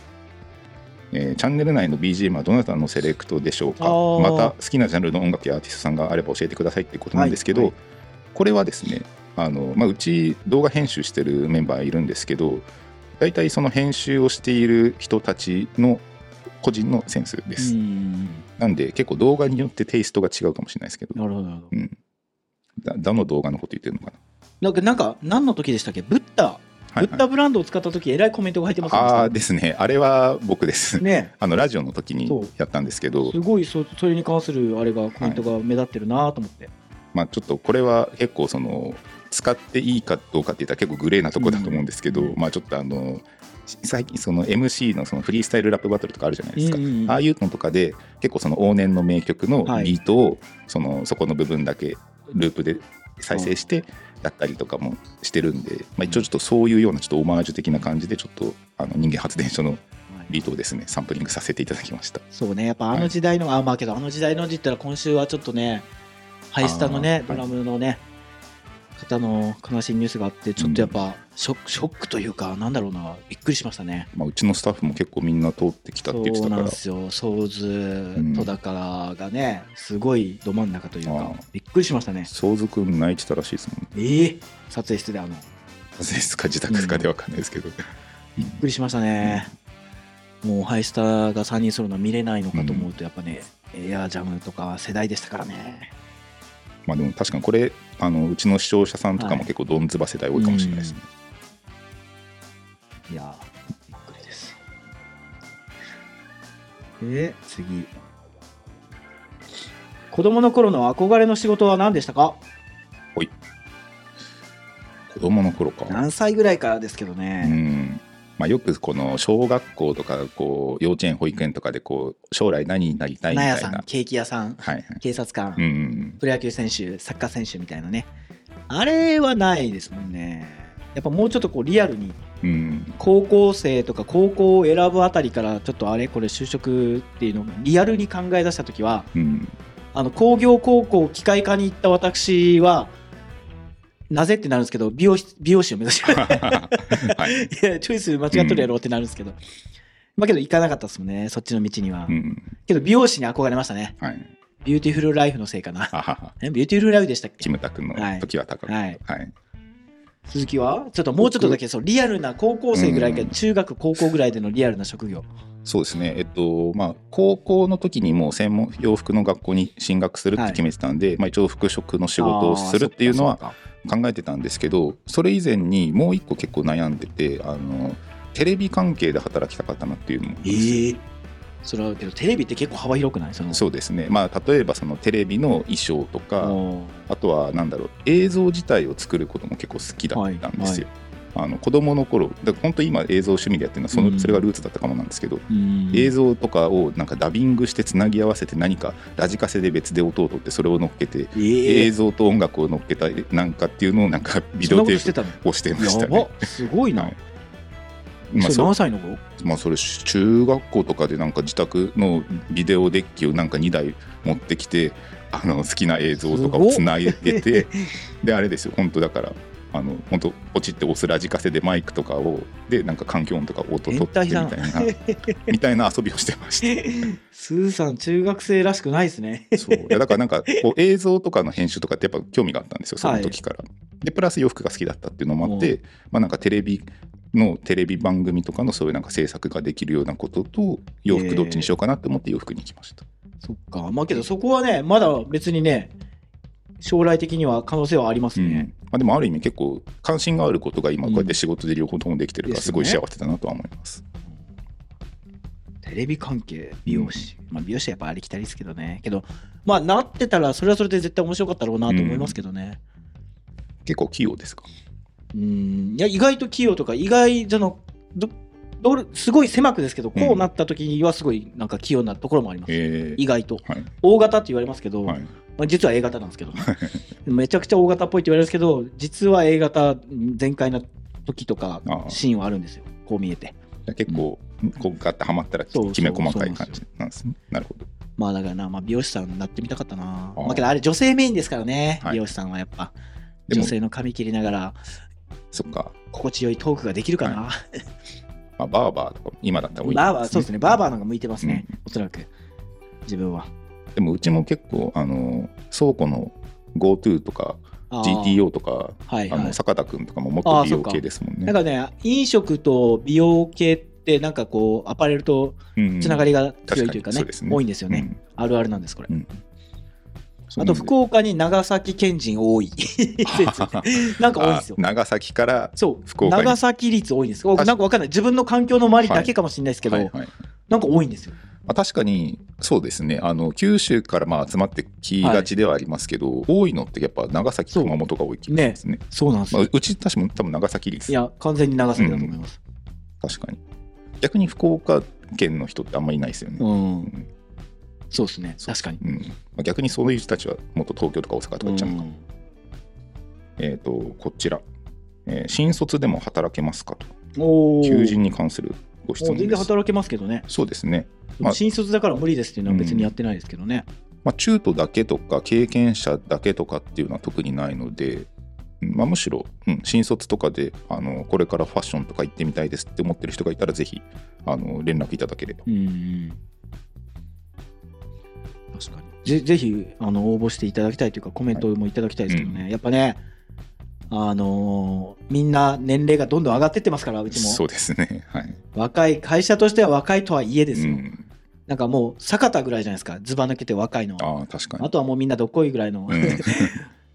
Speaker 3: えーチャンネル内の BGM はどなたのセレクトでしょうか
Speaker 4: あー
Speaker 3: また好きなジャンルの音楽やアーティストさんがあれば教えてくださいってことなんですけど、
Speaker 4: はいは
Speaker 3: これはですねあの、まあ、うち動画編集してるメンバーいるんですけど大体その編集をしている人たちの個人のセンスで
Speaker 4: う
Speaker 3: す、
Speaker 4: ん。
Speaker 3: なんで結構動画によってテイストが違うかもしれないですけど
Speaker 4: なるほど、なるほど。
Speaker 3: うん。だ、だの動画のこと言ってるのか
Speaker 4: なんか、なんか何の時でしたっけブッダ、
Speaker 3: な。はい
Speaker 4: ブッ
Speaker 3: はい、
Speaker 4: ダブランドを使った時、えらいコメントが入ってます
Speaker 3: ああ
Speaker 4: よ
Speaker 3: ーですね。あれは僕です。
Speaker 4: ね。
Speaker 3: あのラジオの時に
Speaker 4: そう
Speaker 3: やったんですけど
Speaker 4: す、ごいそ、それに関するあれが、コメントが目立ってるなと思って。
Speaker 3: まあちょっとこれは結構その使っていいかどうかって言ったら結構グレーなとこだと思うんですけど、
Speaker 4: うん
Speaker 3: まあちょっとあのし最近その MC のそのフリースタイルラップバトルとかあるじゃないですか。
Speaker 4: うんうんうん
Speaker 3: ああいうのとかで結構その往年の名曲の
Speaker 4: はい
Speaker 3: ビートをそのそこの部分だけループで再生してやったりとかもしてるんで、まあ、一応ちょっとそういうようなちょっとオマージュ的な感じでちょっとあの人間発電所の
Speaker 4: はい
Speaker 3: ビートをですねサンプリングさせていただきました。
Speaker 4: そうね、やっぱあの時代の、あ、まあけど、あの時代のって言ったら、今週はちょっとね、ハイスタのね、
Speaker 3: あー
Speaker 4: ドラムのね、方の悲しいニュースがあって、ちょっとやっぱ、ショック、ショックというか、なんだろうな、びっくりしましたね。
Speaker 3: まあ、うちのスタッフも結構みんな通ってきたって言って
Speaker 4: そ
Speaker 3: た
Speaker 4: う
Speaker 3: か
Speaker 4: なん
Speaker 3: ら
Speaker 4: ですよ、ソー
Speaker 3: ん
Speaker 4: ズ、戸宝がね、すごいど真ん中という
Speaker 3: あ
Speaker 4: か
Speaker 3: ー、
Speaker 4: びっくりしましたね。
Speaker 3: 相続泣いてたらしいですもんね。
Speaker 4: ええ撮影室であの、びっ
Speaker 3: なぜですか自宅かでわかんないですけど、
Speaker 4: くりしましたね。もうハイスタが3人するのは見れないのかと思うと、やっぱね、エアージャムとか世代でしたからね。
Speaker 3: まあでも確かにこれあのうちの視聴者さんとかも結構どんずば世代多いかもしれないですね、
Speaker 4: いやー、びっくりです。えー、次。子供の頃の憧れの仕事は何でしたか
Speaker 3: 子供の頃か
Speaker 4: 何歳ぐらいからですけど
Speaker 3: う
Speaker 4: ね。
Speaker 3: んまあ、よくこの小学校とかこう幼稚園保育園とかでこう将来何になりたいみ
Speaker 4: 納
Speaker 3: た
Speaker 4: 屋
Speaker 3: い
Speaker 4: さ、
Speaker 3: なん
Speaker 4: ケーキ屋さん、
Speaker 3: はいはい
Speaker 4: 警察官、
Speaker 3: うんうん
Speaker 4: プロ野球選手、サッカー選手みたいなね。あれはないですもんね。やっぱもうちょっとこうリアルに
Speaker 3: うんうん
Speaker 4: 高校生とか高校を選ぶあたりからちょっとあれこれ就職っていうのをリアルに考え出した時は
Speaker 3: うん
Speaker 4: あの工業高校機械科に行った私はなぜってなるんですけど美容室美容師を目指して
Speaker 3: はい、
Speaker 4: いやチョイス間違っとるやろってなるんですけど、まあけど行かなかったですもんねそっちの道には、
Speaker 3: うん
Speaker 4: けど美容師に憧れましたね
Speaker 3: はい、
Speaker 4: ビューティフルライフのせいかな
Speaker 3: あはは
Speaker 4: えビューティフルライフでしたっ
Speaker 3: キ
Speaker 4: け
Speaker 3: ムタクの時は高く、
Speaker 4: はい
Speaker 3: はい
Speaker 4: 鈴木はちょっともうちょっとだけそうリアルな高校生ぐらいか、
Speaker 3: うん
Speaker 4: 中学高校ぐらいでのリアルな職業
Speaker 3: そうですね、えっとまあ、高校の時にもう専門洋服の学校に進学するって決めてたんで、まあ、一応服飾の仕事をするっていうのは
Speaker 4: あーそっかそっか
Speaker 3: 考えてたんですけどそれ以前にもう一個結構悩んでてあのテレビ関係で働きたかったなっていうのも
Speaker 4: えーそれはけどテレビって結構幅広くないその
Speaker 3: そうですねまあ例えばそのテレビの衣装とか、
Speaker 4: お
Speaker 3: あとはなんだろう映像自体を作ることも結構好きだったんですよ。あの子供の頃だから本当今映像趣味でやってるのはその、
Speaker 4: うん
Speaker 3: それがルーツだったかもなんですけど、
Speaker 4: ーうん
Speaker 3: 映像とかをなんかダビングしてつなぎ合わせて何かラジカセで別で音を取ってそれを乗っけて、
Speaker 4: え
Speaker 3: 映
Speaker 4: ー、
Speaker 3: 像と音楽を乗っけたなんかっていうのをなんかビデ
Speaker 4: そんな
Speaker 3: オ
Speaker 4: こ
Speaker 3: テ
Speaker 4: として
Speaker 3: ー
Speaker 4: たの
Speaker 3: プをしてました
Speaker 4: や
Speaker 3: ね。
Speaker 4: ばすごいな、
Speaker 3: はいまあ
Speaker 4: それ
Speaker 3: そ
Speaker 4: 何歳の頃
Speaker 3: うまあ、それ中学校とかでなんか自宅のビデオデッキをなんか2台持ってきてあの好きな映像とかをつなげてであれですよ本当だからあの本当ポチって押すラジカセでマイクとかをでなんか環境音とか音取ってみたいな
Speaker 4: 変
Speaker 3: みたいな遊びをしてました。
Speaker 4: スーさん中学生らしくないですね
Speaker 3: そういやだからなんか こう映像とかの編集とかってやっぱ興味があったんですよその時から。でプラス洋服が好きだったっていうのもあって、まあ、なんかテレビのテレビ番組とかのそういうなんか制作ができるようなことと洋服どっちにしようかなって思って洋服に行きました。
Speaker 4: そっかまあけどそこはねまだ別にね将来的には可能性はあります
Speaker 3: うん
Speaker 4: ね、
Speaker 3: まあ、でもある意味結構関心があることが今こうやって仕事で両方ともできてるか
Speaker 4: で
Speaker 3: らす
Speaker 4: すよ
Speaker 3: ご
Speaker 4: ね
Speaker 3: い幸せだなとは思います。
Speaker 4: テレビ関係美容師、まあ美容師はやっぱありきたりですけどねけどまあなってたらそれはそれで絶対面白かったろうなと思いますけどね
Speaker 3: 結構器用ですか
Speaker 4: うんいや意外と器用とか意外そのどどれすごい狭くですけどこうなった時にはすごいなんか器用なところもあります、
Speaker 3: え
Speaker 4: 意外と
Speaker 3: はい、
Speaker 4: 大型って言われますけど、
Speaker 3: はい、
Speaker 4: まあ、実は A 型なんですけど めちゃくちゃ大型っぽいって言われるんですけど実は A 型全開な時とか
Speaker 3: ああ
Speaker 4: シーンはあるんですよこう見えて
Speaker 3: 結構こうガッてはまったら
Speaker 4: そうそう
Speaker 3: きめ細かい感じなんですね。なるほど。
Speaker 4: まあだからな、まあ、美容師さんになってみたかったな
Speaker 3: ああ
Speaker 4: まあけどあれ女性メインですからね、
Speaker 3: はい
Speaker 4: 美容師さんはやっぱ
Speaker 3: で
Speaker 4: 女
Speaker 3: も
Speaker 4: 性の髪切りながら
Speaker 3: そっか、
Speaker 4: 心地よいトークができるかな、
Speaker 3: まあ、バーバーとか今だったら多い
Speaker 4: バーバーそうですねバーバーの方が向いてますね、
Speaker 3: う
Speaker 4: おそらく自分は
Speaker 3: でもうちも結構あの倉庫の GoTo とか
Speaker 4: ああ
Speaker 3: GTO とか
Speaker 4: はい
Speaker 3: あ
Speaker 4: はい
Speaker 3: の坂田君とかも
Speaker 4: ああ
Speaker 3: 元美容
Speaker 4: そっか
Speaker 3: 系ですもんね。
Speaker 4: なんかね飲食と美容系ってなんかこうアパレルとつなが
Speaker 3: り
Speaker 4: りが強いというか
Speaker 3: 確か
Speaker 4: ね,、
Speaker 3: にそうですね
Speaker 4: 多いんですよね、あるあるなんですこれ
Speaker 3: うん
Speaker 4: あと福岡に長崎県人多い なんか多いんですよ
Speaker 3: 長崎から
Speaker 4: そう
Speaker 3: 福岡に
Speaker 4: 長崎率多いんですおな
Speaker 3: 確か
Speaker 4: んかわかんない自分の環境の周りだけかもしれないですけど、
Speaker 3: はいはい
Speaker 4: なんか多いんですよ
Speaker 3: まあ、確かにそうですねあの九州からまあ集まってきがちではありますけど、多いのってやっぱ長崎
Speaker 4: そう
Speaker 3: 熊本が多い気がしますね。
Speaker 4: そうなんです
Speaker 3: ま
Speaker 4: よ、
Speaker 3: あ、うち確か多分長崎
Speaker 4: い
Speaker 3: 率
Speaker 4: や完全に長崎だと思います、
Speaker 3: 確かに逆に福岡県の人ってあんまりいないですよね。
Speaker 4: うん
Speaker 3: うん
Speaker 4: そうですね
Speaker 3: そう
Speaker 4: 確かに
Speaker 3: うんまあ、逆にそういう人たちはもっと東京とか大阪とか行っちゃうのか、
Speaker 4: うん
Speaker 3: えっ、とこちら、えー新卒でも働けますかと
Speaker 4: おー
Speaker 3: 求人に関するご質
Speaker 4: も
Speaker 3: 問で
Speaker 4: う全
Speaker 3: す
Speaker 4: 然働けますけどね、
Speaker 3: そうですね、まあ
Speaker 4: 新卒だから無理ですっていうのは別にやってないですけどね、
Speaker 3: まあ、中途だけとか経験者だけとかっていうのは特にないので、うんまあ、むしろ、うん新卒とかであのこれからファッションとか行ってみたいですって思ってる人がいたらぜひあの連絡いただければ
Speaker 4: うん確かにぜぜひあの応募していただきたいというかコメントもいただきたいですけどね、やっぱねあのーみんな年齢がどんどん上がってってますからうち
Speaker 3: そ
Speaker 4: も
Speaker 3: うですねはい、
Speaker 4: 若い会社としては若いとはいえです
Speaker 3: う
Speaker 4: よ、
Speaker 3: ん、
Speaker 4: なんかもう坂田ぐらいじゃないですかずば抜けて若いのは
Speaker 3: ああ確か
Speaker 4: あ
Speaker 3: に
Speaker 4: とはもうみんなどっこいぐらいの、
Speaker 3: うん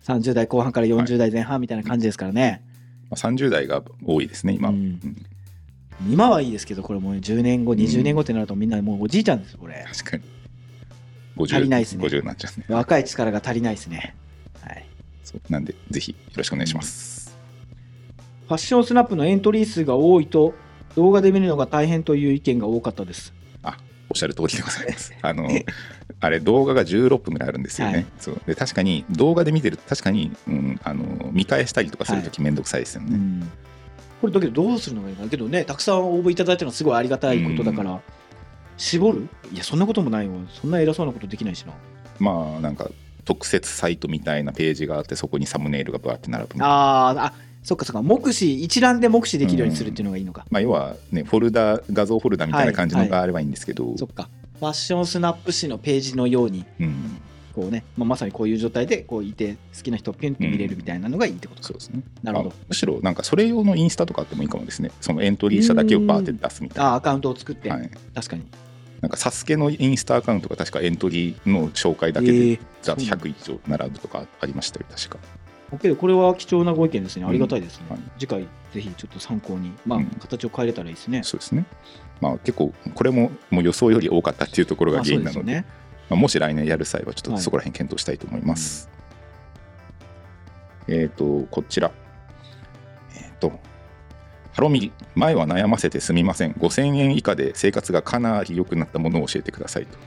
Speaker 4: 30代後半から40代前半みたいな感じですからね、
Speaker 3: まあ30代が多いですね今、
Speaker 4: う
Speaker 3: うんん
Speaker 4: 今はいいですけどこれもう10年後20年後ってなるとみんなもうおじいちゃんですよこれ
Speaker 3: 確かに50
Speaker 4: 足りないですね
Speaker 3: 50になっちゃうね
Speaker 4: 若い力が足りないですねはい
Speaker 3: そうなんでぜひよろしくお願いします
Speaker 4: ファッションスナップのエントリー数が多いと動画で見るのが大変という意見が多かったです。
Speaker 3: おっしゃる通りでござい ます。あの、あれ動画が16分ぐらいあるんですよね。
Speaker 4: はい
Speaker 3: そうで確かに動画で見てると確かに、うん、あの見返したりとかするときめんどくさいですよね。
Speaker 4: これだけどどうするのがいいかなけどねたくさん応募いただいたのはすごいありがたいことだから、絞るいやそんなこともないよそんな偉そうなことできないしな
Speaker 3: まあなんか特設サイトみたいなページがあってそこにサムネイルがバーって並ぶみたいな。
Speaker 4: あーあそっかそっか目視一覧で目視できるようにするっていうのがいいのか、
Speaker 3: まあ、要はねフォルダ画像フォルダみたいな感じのがあればいいんですけど、
Speaker 4: そっかファッションスナップ誌のページのように
Speaker 3: うん、
Speaker 4: こうね、まあ、まさにこういう状態でこういて好きな人をピュンって見れるみたいなのがいいってことか、
Speaker 3: そうですね
Speaker 4: なるほど
Speaker 3: あむしろなんかそれ用のインスタとかあってもいいかもですねそのエントリー者だけをバーって出すみたい
Speaker 4: あーアカウントを作って、
Speaker 3: な、はい、
Speaker 4: 確かに
Speaker 3: なんか「サスケのインスタアカウントが確かエントリーの紹介だけで
Speaker 4: えー
Speaker 3: ざ
Speaker 4: そうなんだ
Speaker 3: 100以上並ぶとかありましたよ確か
Speaker 4: OK、これは貴重なご意見ですね。
Speaker 3: うん
Speaker 4: ありがたいですね。
Speaker 3: はい
Speaker 4: 次回、ぜひちょっと参考に、まあ、
Speaker 3: うん
Speaker 4: 形を変えれたらいいですね。
Speaker 3: そうですね。まあ、結構これももう予想より多かったっていうところが
Speaker 4: まあ
Speaker 3: 原
Speaker 4: そう
Speaker 3: 因
Speaker 4: で
Speaker 3: な
Speaker 4: すよ
Speaker 3: ので、
Speaker 4: ね。
Speaker 3: まあ、もし来年やる際はちょっ
Speaker 4: は
Speaker 3: と
Speaker 4: い
Speaker 3: そこら辺検討したいと思います。えっ、とこちら、えっ、とハロミリ前は悩ませてすみません5000円以下で生活がかなり良くなったものを教えてくださいと。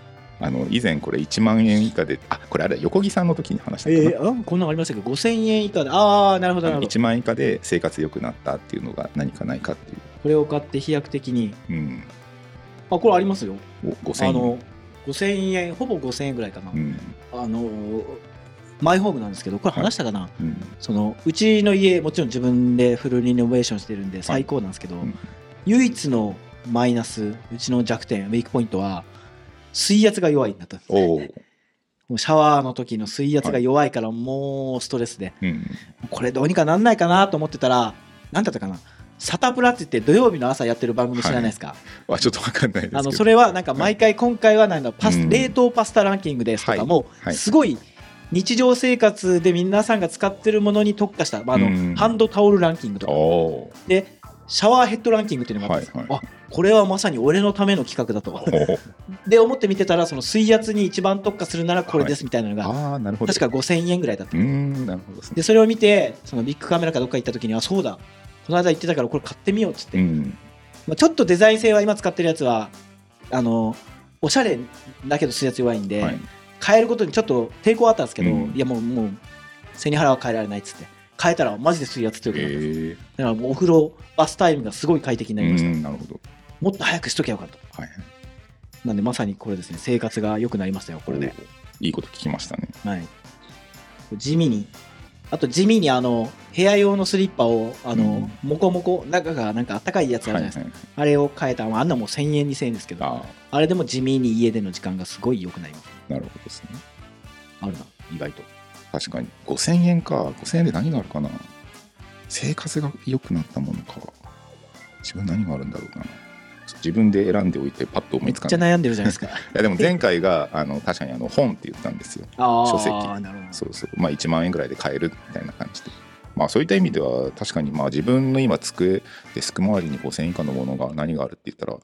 Speaker 3: あの以前これ1万円以下であこれあれ横木さんの時に話したかな、
Speaker 4: えーあこんなのありましたけど、5000円以下で、ああ、なるほど、
Speaker 3: あ
Speaker 4: な
Speaker 3: の
Speaker 4: るほ
Speaker 3: 1
Speaker 4: ど。
Speaker 3: 万円以下で生活良くなったっていうのが何かないかってい
Speaker 4: これを買って飛躍的に。
Speaker 3: う、うん、
Speaker 4: あ、これありますよ。
Speaker 3: お5000
Speaker 4: あ
Speaker 3: 円
Speaker 4: の、5000円、ほぼ5000円ぐらいかな。
Speaker 3: うん
Speaker 4: あの、マイホームなんですけど、これ話したかな、
Speaker 3: うん
Speaker 4: そのうちの家もちろん自分でフルリノベーションしてるんで最高なんですけど、
Speaker 3: うん
Speaker 4: 唯一のマイナスうちの弱点ウェイクポイントは水圧が弱いんだったんです
Speaker 3: おー
Speaker 4: もうシャワーの時の水圧が弱いからもうストレスで、
Speaker 3: うん
Speaker 4: これどうにかなんないかなと思ってたら何だったかなサタプラって言って土曜日の朝やってる番組知らないですか、
Speaker 3: はちょっとわかんないですけど。
Speaker 4: あのそれはなんか毎回今回はなんだパス、
Speaker 3: うん
Speaker 4: 冷凍パスタランキングですとかも
Speaker 3: はいはい
Speaker 4: すごい日常生活で皆さんが使ってるものに特化した、まあ、あの
Speaker 3: うん
Speaker 4: ハンドタオルランキングとか
Speaker 3: おー
Speaker 4: でシャワーヘッドランキングっていうのがあったんですよ、
Speaker 3: はいは
Speaker 4: あこれはまさに俺のための企画だと
Speaker 3: ほうほう
Speaker 4: で思って見てたらその水圧に一番特化するならこれですみたいなのが、
Speaker 3: ああ、なるほど。
Speaker 4: 確か5000円ぐらいだった
Speaker 3: うーん、なるほどですね。
Speaker 4: でそれを見てそのビッグカメラかどっか行った時にはそうだこの間言ってたからこれ買ってみようっつって、
Speaker 3: うん、
Speaker 4: まあ、ちょっとデザイン性は今使ってるやつはあのおしゃれだけど水圧弱いんで、
Speaker 3: はい。
Speaker 4: 変えることにちょっと抵抗はあったんですけど、
Speaker 3: うん
Speaker 4: いやもうもう背に腹は変えられないっつって変えたらマジで水圧強くなって、
Speaker 3: え
Speaker 4: だからもうお風呂バスタイムがすごい快適に
Speaker 3: え
Speaker 4: なりました、
Speaker 3: ー、うん、なるほど。
Speaker 4: もっと早くしときゃよかった
Speaker 3: はい。
Speaker 4: なんでまさにこれですね生活が良くなりましたよこれで、
Speaker 3: いいこと聞きましたね。
Speaker 4: はい、地味にあと地味にあの部屋用のスリッパをあの、モコモコ中がなんかあったかいやつあるじゃないですか、
Speaker 3: はいはい
Speaker 4: あれを変えたあんなもう1000円2000円ですけど
Speaker 3: あ
Speaker 4: あれでも地味に家での時間がすごい良くなります
Speaker 3: あ、なるほどですね。
Speaker 4: あるな意外と
Speaker 3: 確かに。5000円か。5000円で何があるかな。生活が良くなったものか。自分何があるんだろうな。自分で選んでおいてパッと思
Speaker 4: め
Speaker 3: い
Speaker 4: っ
Speaker 3: つか
Speaker 4: ちゃ
Speaker 3: ない。
Speaker 4: 悩んでるじゃないです か
Speaker 3: いやでも前回があの確かにあの本って言ったんですよ。
Speaker 4: あー
Speaker 3: 書籍
Speaker 4: なるほど
Speaker 3: そうそう、まあ、1万円ぐらいで買えるみたいな感じで、まあ、そういった意味では確かにまあ自分の今机デスク周りに5000円以下のものが何があるって言ったら、ま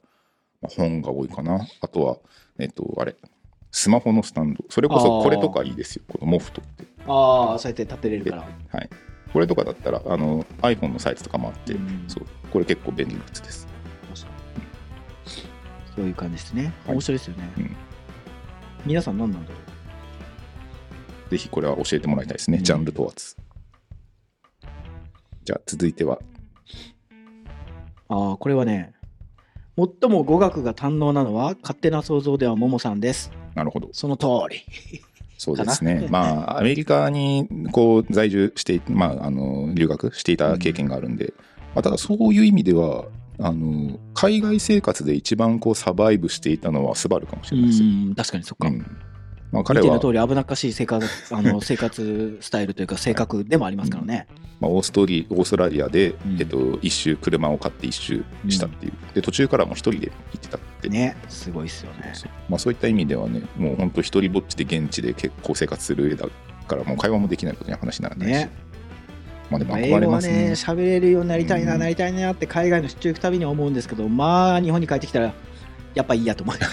Speaker 3: あ、本が多いかなあとはえっとあれスマホのスタンドそれこ
Speaker 4: あ
Speaker 3: そ
Speaker 4: ー
Speaker 3: これとかいいですよこのモフトって
Speaker 4: ああそうやって立てれるから
Speaker 3: はいこれとかだったらあの iPhone のサイズとかもあって、
Speaker 4: うん
Speaker 3: そうこれ結構便利なやつです
Speaker 4: そういう感じですね
Speaker 3: はい
Speaker 4: 面白いですよね、
Speaker 3: うん
Speaker 4: 皆さん何なんだろう
Speaker 3: ぜひこれは教えてもらいたいですね、
Speaker 4: うん
Speaker 3: ジャンル問わずじゃあ続いては
Speaker 4: ああ、これはね、最も語学が堪能なのは勝手な想像ではももさんです。
Speaker 3: なるほど
Speaker 4: その通り。
Speaker 3: そうです
Speaker 4: か
Speaker 3: ね
Speaker 4: な。
Speaker 3: まあ、アメリカにこう在住してい、まあ、あの留学していた経験があるんで、まあ、ただそういう意味では、あの海外生活で一番こうサバイブしていたのはスバルかもし
Speaker 4: う
Speaker 3: れないですよ。
Speaker 4: ん、確かにそっか。
Speaker 3: う
Speaker 4: 見
Speaker 3: んまあ、彼
Speaker 4: て
Speaker 3: は
Speaker 4: の、通り危なっかしい生活あの 生活スタイルというか性格でもありますからね。
Speaker 3: まあ、オーストリオーストラリアで、
Speaker 4: うん
Speaker 3: えっと、一周車を買って一周したっていう、で途中からも一人で行ってたって、
Speaker 4: ね、すごいっすよね。
Speaker 3: そうまあ、そういった意味ではねもう本当一人ぼっちで現地で結構生活する上だからもう会話もできないことには話にならないし、
Speaker 4: ね
Speaker 3: まあでも
Speaker 4: 英
Speaker 3: 憧れ
Speaker 4: 語は
Speaker 3: ます
Speaker 4: ね、
Speaker 3: ね
Speaker 4: 喋れるようになりたいな、
Speaker 3: うん
Speaker 4: なりたいなって海外の出張行くたびに思うんですけど、まあ、日本に帰ってきたら、やっぱいいやと思う。
Speaker 3: ま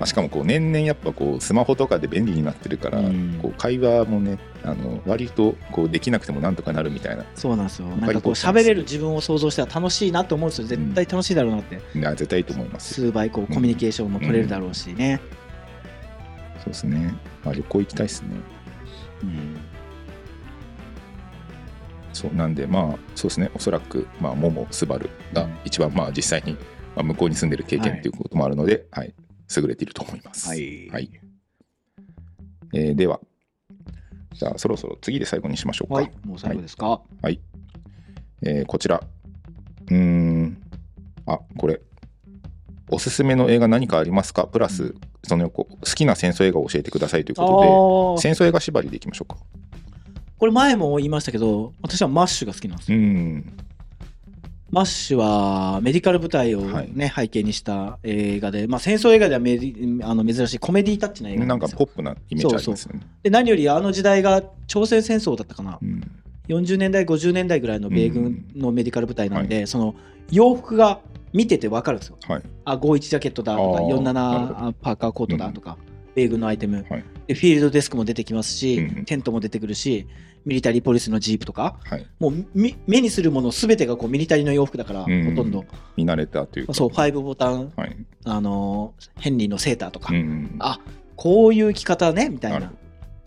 Speaker 3: あ、しかもこう年々やっぱこうスマホとかで便利になってるから、
Speaker 4: うん
Speaker 3: こう会話もねあの割とこうできなくてもなんとかなるみたいな
Speaker 4: そうなんですよ。なん
Speaker 3: ぱり
Speaker 4: かこう、喋れる自分を想像したら楽しいなと思うんですよ。絶対楽しいだろうなって。
Speaker 3: いや絶対いいと思いますよ
Speaker 4: 数倍こうコミュニケーションも取れるだろうしね、
Speaker 3: そうですね、まあ、旅行行きたいですねそうなんでまあそうですねおそらくまあモモスバルが一番まあ実際にまあ向こうに住んでる経験っていうこともあるので、はい優れていると思います、
Speaker 4: はい
Speaker 3: はいえーではじゃあそろそろ次で最後にしましょうか、
Speaker 4: はいもう最後ですか、
Speaker 3: えーこちら。うーん。あ、これ。おすすめの映画何かありますかプラス、その横、好きな戦争映画を教えてくださいという
Speaker 4: ああ
Speaker 3: こ
Speaker 4: ー
Speaker 3: とで、戦争映画縛りでいきましょうか。
Speaker 4: これ前も言いましたけど私はマッシュが好きなんです
Speaker 3: う
Speaker 4: よ、
Speaker 3: ん。
Speaker 4: マッシュはメディカル舞台を、
Speaker 3: はい
Speaker 4: ね背景にした映画で、まあ、戦争映画ではメディあの珍しいコメディタッチな映画
Speaker 3: な
Speaker 4: なん
Speaker 3: ん
Speaker 4: で
Speaker 3: か
Speaker 4: すよ
Speaker 3: ポップなイメージありますよね。
Speaker 4: で何よりあの時代が朝鮮戦争だったかな、
Speaker 3: うん
Speaker 4: 40年代50年代ぐらいの米軍のメディカル部隊なんで、
Speaker 3: うん
Speaker 4: その洋服が見てて分かるんですよ
Speaker 3: はい
Speaker 4: あ51ジャケットだとか
Speaker 3: あーなるほ
Speaker 4: 47あパーカーコートだとか、米軍のアイテム、
Speaker 3: はい
Speaker 4: でフィールドデスクも出てきますし、
Speaker 3: うんうん
Speaker 4: テントも出てくるしミリタリーポリスのジープとか
Speaker 3: はい、
Speaker 4: もうみ目にするもの全てがこうミリタリーの洋服だから、
Speaker 3: うん
Speaker 4: ほとんど
Speaker 3: 見慣れたというか、
Speaker 4: そう5ボタン、
Speaker 3: はい
Speaker 4: あのーヘンリーのセーターとか、
Speaker 3: うん
Speaker 4: あこういう着方ねみたい
Speaker 3: な
Speaker 4: な
Speaker 3: る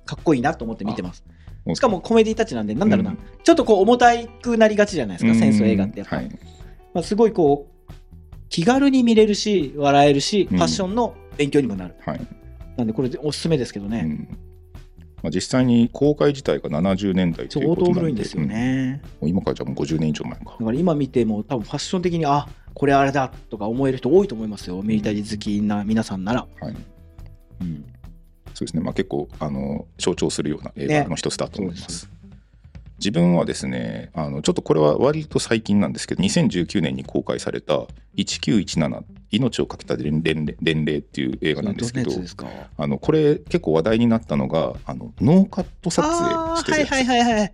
Speaker 4: かっこいいなと思って見てます
Speaker 3: あ
Speaker 4: しかもコメディタッチなんでなんだろうな、
Speaker 3: うん
Speaker 4: ちょっとこう重たくなりがちじゃないですか、戦争映画ってやっぱ、
Speaker 3: はい
Speaker 4: まあ、すごいこう気軽に見れるし笑えるし
Speaker 3: う
Speaker 4: フ
Speaker 3: ん
Speaker 4: ァッションの勉強にもなる、
Speaker 3: はい
Speaker 4: なんでこれおすすめですけど
Speaker 3: う
Speaker 4: ね、
Speaker 3: んまあ、実際に公開自体が70年代という
Speaker 4: 相
Speaker 3: ことなんで
Speaker 4: 当古いんですよね、
Speaker 3: うんもう今からじゃあもう50年以上前か
Speaker 4: だから今見ても多分ファッション的にあこれあれだとか思える人多いと思いますよミリタリー好きな皆さんなら、
Speaker 3: はい
Speaker 4: うん、
Speaker 3: そうですね、まあ、結構あの象徴するような映画の一つだと思いま。
Speaker 4: ねそうです
Speaker 3: 自分はですねあのちょっとこれは割と最近なんですけど2019年に公開された「1917命をかけた連連連令」っていう映画なんですけど
Speaker 4: どんなやつですか
Speaker 3: あのこれ結構話題になったのがあのノーカット撮影してるやつあ、
Speaker 4: はいはいはいはい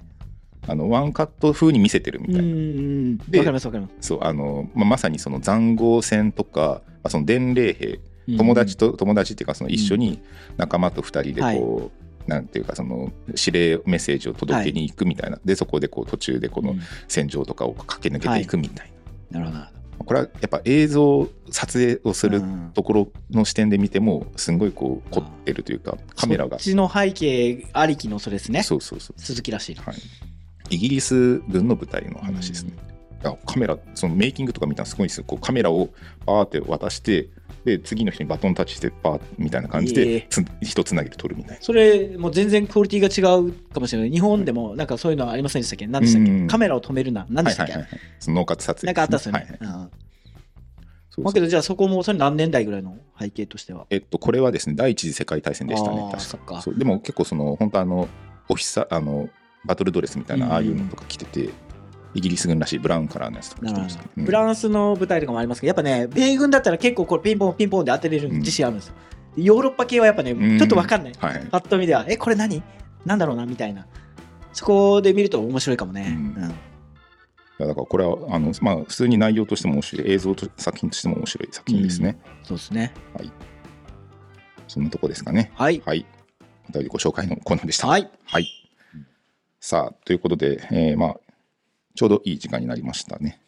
Speaker 3: のワンカット風に見せてるみたいな、
Speaker 4: うん
Speaker 3: で
Speaker 4: わかりますわかります
Speaker 3: そうあのまあまさにその塹壕戦とか、まあ、その伝令兵
Speaker 4: うん
Speaker 3: 友達と友達っていうかその一緒に仲間と二人でこう、なんていうかその指令メッセージを届けに行くみたいな、でそこでこう途中でこ
Speaker 4: う
Speaker 3: の
Speaker 4: ん
Speaker 3: 戦場とかを駆け抜けていくみたい
Speaker 4: なるほどなる
Speaker 3: な、これはやっぱ映像撮影をす
Speaker 4: ほど
Speaker 3: る
Speaker 4: うん
Speaker 3: ところの視点で見てもすんごいこう凝ってるというかカメラが
Speaker 4: そっちの背景ありきのそれですね
Speaker 3: そうそうそう
Speaker 4: 鈴木らしいな
Speaker 3: はい、イギリス軍の部隊の話ですね。あカメラそのメイキングとか見たらすごいんですよこうカメラをパーって渡してで次の人にバトンタッチしてパーみたいな感じ
Speaker 4: いい
Speaker 3: で
Speaker 4: え
Speaker 3: つ人つなげて撮るみたいな
Speaker 4: それもう全然クオリティが違うかもしれない日本でもなんかそういうのはありませんでしたっけ何でしたっ
Speaker 3: うん
Speaker 4: けカメラを止めるな何
Speaker 3: は
Speaker 4: で
Speaker 3: い
Speaker 4: した
Speaker 3: は
Speaker 4: っ
Speaker 3: いは
Speaker 4: け
Speaker 3: いはいその農家撮影
Speaker 4: なんかあったっすよ
Speaker 3: はいは
Speaker 4: ね
Speaker 3: い
Speaker 4: うん
Speaker 3: そう
Speaker 4: まあ
Speaker 3: そ
Speaker 4: け
Speaker 3: う
Speaker 4: どじゃあそこもそれ何年代ぐらいの背景としては
Speaker 3: えっとこれはですね第一次世界大戦でしたね
Speaker 4: あーそ
Speaker 3: 確
Speaker 4: っ
Speaker 3: か
Speaker 4: か
Speaker 3: そうでも結構その本当あのオフィサあのバトルドレスみたいなああいうのとか着てて、イギリス軍らしいブラウンカラーのやつとか着
Speaker 4: なる
Speaker 3: て
Speaker 4: ほ
Speaker 3: まし
Speaker 4: ど
Speaker 3: た、うん
Speaker 4: フランスの舞台とかもありますけどやっぱね米軍だったら結構これピンポンピンポンで当てれる自信あるんですよ、ヨーロッパ系はやっぱね
Speaker 3: うん
Speaker 4: ちょっと分かんない、
Speaker 3: はい
Speaker 4: パッと見ではえこれ何なんだろうなみたいなそこで見ると面白いかもね、
Speaker 3: うん
Speaker 4: うん
Speaker 3: いやだからこれはあの、まあ、普通に内容としても面白い映像と作品としても面白い作品ですね、
Speaker 4: そうですね
Speaker 3: そんなとこですかね
Speaker 4: はい
Speaker 3: はいお便りご紹介のコーナーでした
Speaker 4: はい
Speaker 3: はいさあということで、えーまあちょうどいい時間になりましたね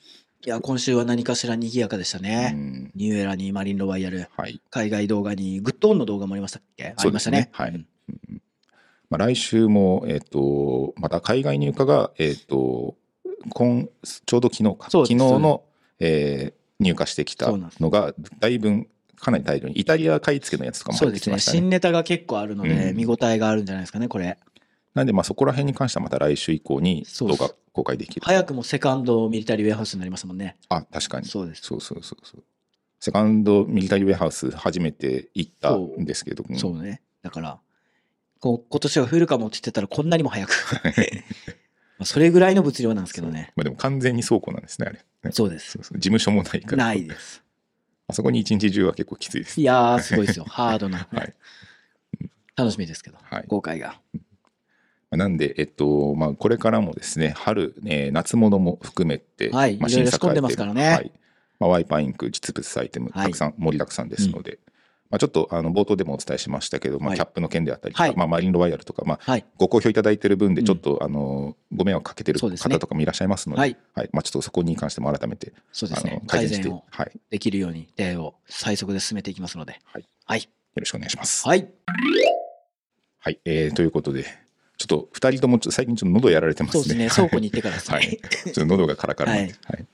Speaker 4: いや今週は何かしら賑やかでした
Speaker 3: う
Speaker 4: ね、
Speaker 3: ん
Speaker 4: ニューエラにマリンロワイヤル
Speaker 3: はい、
Speaker 4: 海外動画にグッドオンの動画もありましたっけあ
Speaker 3: そう
Speaker 4: り
Speaker 3: で
Speaker 4: まし
Speaker 3: す
Speaker 4: た
Speaker 3: ね
Speaker 4: ね
Speaker 3: はい
Speaker 4: うん
Speaker 3: まあ、来週も、えっとまた海外入荷が、えっと今ちょうど昨日か
Speaker 4: そう
Speaker 3: 昨
Speaker 4: です
Speaker 3: 日の、えー入荷してきた
Speaker 4: そうなんです
Speaker 3: のがだいぶかなり大量にイタリア買い付けのやつとかも
Speaker 4: そ
Speaker 3: 入
Speaker 4: う
Speaker 3: って
Speaker 4: です
Speaker 3: き
Speaker 4: ね
Speaker 3: ましたね
Speaker 4: 新ネタが結構あるので、
Speaker 3: うん
Speaker 4: 見応えがあるんじゃないですかねこれ
Speaker 3: なんで、まあ、そこら辺に関してはまた来週以降に
Speaker 4: そう
Speaker 3: 動
Speaker 4: です
Speaker 3: 画公開できる。
Speaker 4: 早くもセカンドミリタリーウェアハウスになりますもんね
Speaker 3: あ、確かに。
Speaker 4: そうです
Speaker 3: そうそうそうそう。セカンドミリタリーウェアハウス初めて行ったんですけども。
Speaker 4: そうね。だから、こう今年は増えるかもって言ってたらこんなに も早く。まあそれぐらいの物量なんですけどね。
Speaker 3: まあでも完全に倉庫なんですね、あれ。ね
Speaker 4: そうです
Speaker 3: そう。そう事務所もないから。
Speaker 4: ないです。
Speaker 3: あそこに一日中は結構きついです
Speaker 4: い。やー、すごいで すよ。ハードな。
Speaker 3: はい
Speaker 4: 楽しみですけど、
Speaker 3: はい。
Speaker 4: 公開が。
Speaker 3: なんで、えっと、まあ、これからもですね、春、えー夏物も含めて、
Speaker 4: はい
Speaker 3: まあ、
Speaker 4: いろい
Speaker 3: 新
Speaker 4: ろ
Speaker 3: 作アイテム
Speaker 4: 仕込んでますからね
Speaker 3: はい。まあ、ワイパーインク、実物アイテム、
Speaker 4: はい
Speaker 3: たくさん盛りだくさんですので、まあ、ちょっとあの冒頭でもお伝えしましたけど、ま
Speaker 4: は
Speaker 3: あ、
Speaker 4: い
Speaker 3: キャップの件であったりとか、
Speaker 4: はい
Speaker 3: まあ、マリンロワイヤルとか、まあ、
Speaker 4: はい。
Speaker 3: ご好評いただいてる分で、
Speaker 4: うん
Speaker 3: ちょっと、あのご迷惑かけてる
Speaker 4: そうですね
Speaker 3: 方とかもいらっしゃいますので、
Speaker 4: はい。
Speaker 3: はいまあ、ちょっとそこに関しても改めて、
Speaker 4: そうで
Speaker 3: あ
Speaker 4: す
Speaker 3: の
Speaker 4: ね。
Speaker 3: 改
Speaker 4: 改
Speaker 3: 善して、
Speaker 4: 善を
Speaker 3: はい、よ
Speaker 4: できるように、手を最速で進めていきますので。
Speaker 3: はい。
Speaker 4: はい。
Speaker 3: ろしくお願いします。はい
Speaker 4: はい。
Speaker 3: えーということで、ちょっと2人ともちょっと最近、ちょっと喉やられてま
Speaker 4: そうですすね。
Speaker 3: ね。
Speaker 4: 倉庫に行ってからです
Speaker 3: はい
Speaker 4: ね。
Speaker 3: ちょっと喉がカラカラなんで、はい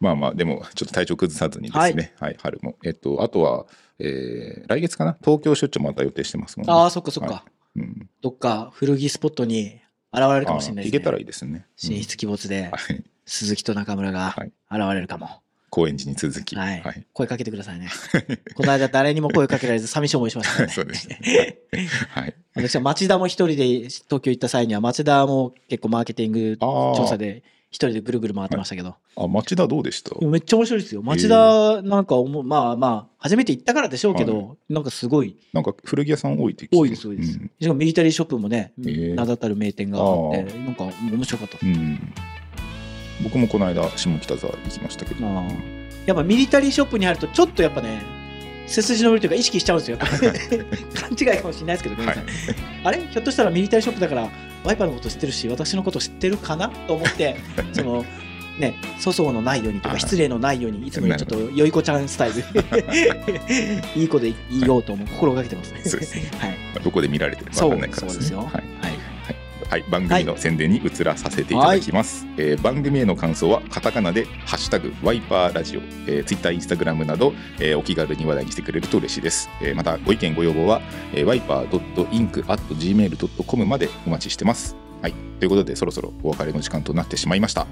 Speaker 3: まあまあ、でも、ちょっと体調崩さずにですね、はい春も。えっと、あとは、えー来月かな、東京出張もまた予定してますもんね。
Speaker 4: ああ、そっかそっ
Speaker 3: は
Speaker 4: か。
Speaker 3: うん、
Speaker 4: どっか古着スポットに現れるかもしれない
Speaker 3: あー行
Speaker 4: です
Speaker 3: けた
Speaker 4: ね
Speaker 3: らいいですね。
Speaker 4: 神出鬼没
Speaker 3: う
Speaker 4: で
Speaker 3: ん、はい
Speaker 4: 鈴木と中村が
Speaker 3: はい
Speaker 4: 現れるかも。
Speaker 3: 高円寺に続き。
Speaker 4: はい、
Speaker 3: はい
Speaker 4: 声かけてくださいね。 この間誰にも声かけられず寂しい思いしました からね。
Speaker 3: そうですね。はい。
Speaker 4: 私は町田も一人で東京行った際には町田も結構マーケティング
Speaker 3: ああ
Speaker 4: 調査で一人でぐるぐる回ってましたけど。
Speaker 3: あ町田どうでした
Speaker 4: めっちゃ面白いですよ。町田なんか思う、まあまあ、初めて行ったからでしょうけど、
Speaker 3: は
Speaker 4: なんかすごい
Speaker 3: なんか古着屋さん多いって聞いて
Speaker 4: 多いです、多いです。しかもミリタリーショップもね、
Speaker 3: ー
Speaker 4: 名だたる名店があって、なんか面白かった。
Speaker 3: うん、うん僕もこの間下北沢行きましたけど
Speaker 4: ああやっぱミリタリーショップに入ると、ちょっとやっぱね、背筋伸びるというか、意識しちゃうんですよ。勘違いかもしれないですけど、ごめんなさいあれひょっとしたらミリタリーショップだから、ワイパーのこと知ってるし、私のこと知ってるかなと思 って、その、ね、粗相のないようにと
Speaker 3: は
Speaker 4: か、
Speaker 3: い
Speaker 4: 失礼のないように、いつもよりちょっと、よい子ちゃんスタイル、 いい子でいようと思う、心がけてますね。
Speaker 3: そうですね
Speaker 4: はい。
Speaker 3: どこで見られてるか
Speaker 4: そ
Speaker 3: わ
Speaker 4: う
Speaker 3: かんないから
Speaker 4: そうですよ。
Speaker 3: はい
Speaker 4: はい
Speaker 3: はい、番組の宣伝に移らさせていただきます、えー番組への感想はカタカナで「ハッシュタグワイパーラジオ」えー、Twitter、Instagram など、えーお気軽に話題にしてくれると嬉しいです、えーまたご意見ご要望は、えー、wiper.inc.gmail.com までお待ちしてますはい、ということでそろそろお別れの時間となってしまいました、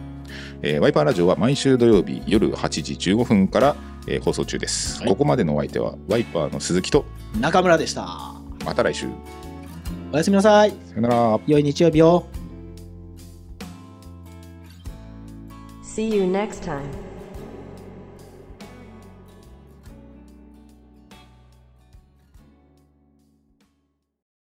Speaker 3: えーワイパーラジオは毎週土曜日夜8時15分から、えー放送中です、
Speaker 4: はい
Speaker 3: ここまでのお相手はワイパーの鈴木と
Speaker 4: 中村でした。
Speaker 3: また来週
Speaker 4: おやすみなさい。
Speaker 3: さよなら
Speaker 4: 良い日曜日を。
Speaker 2: See you next time.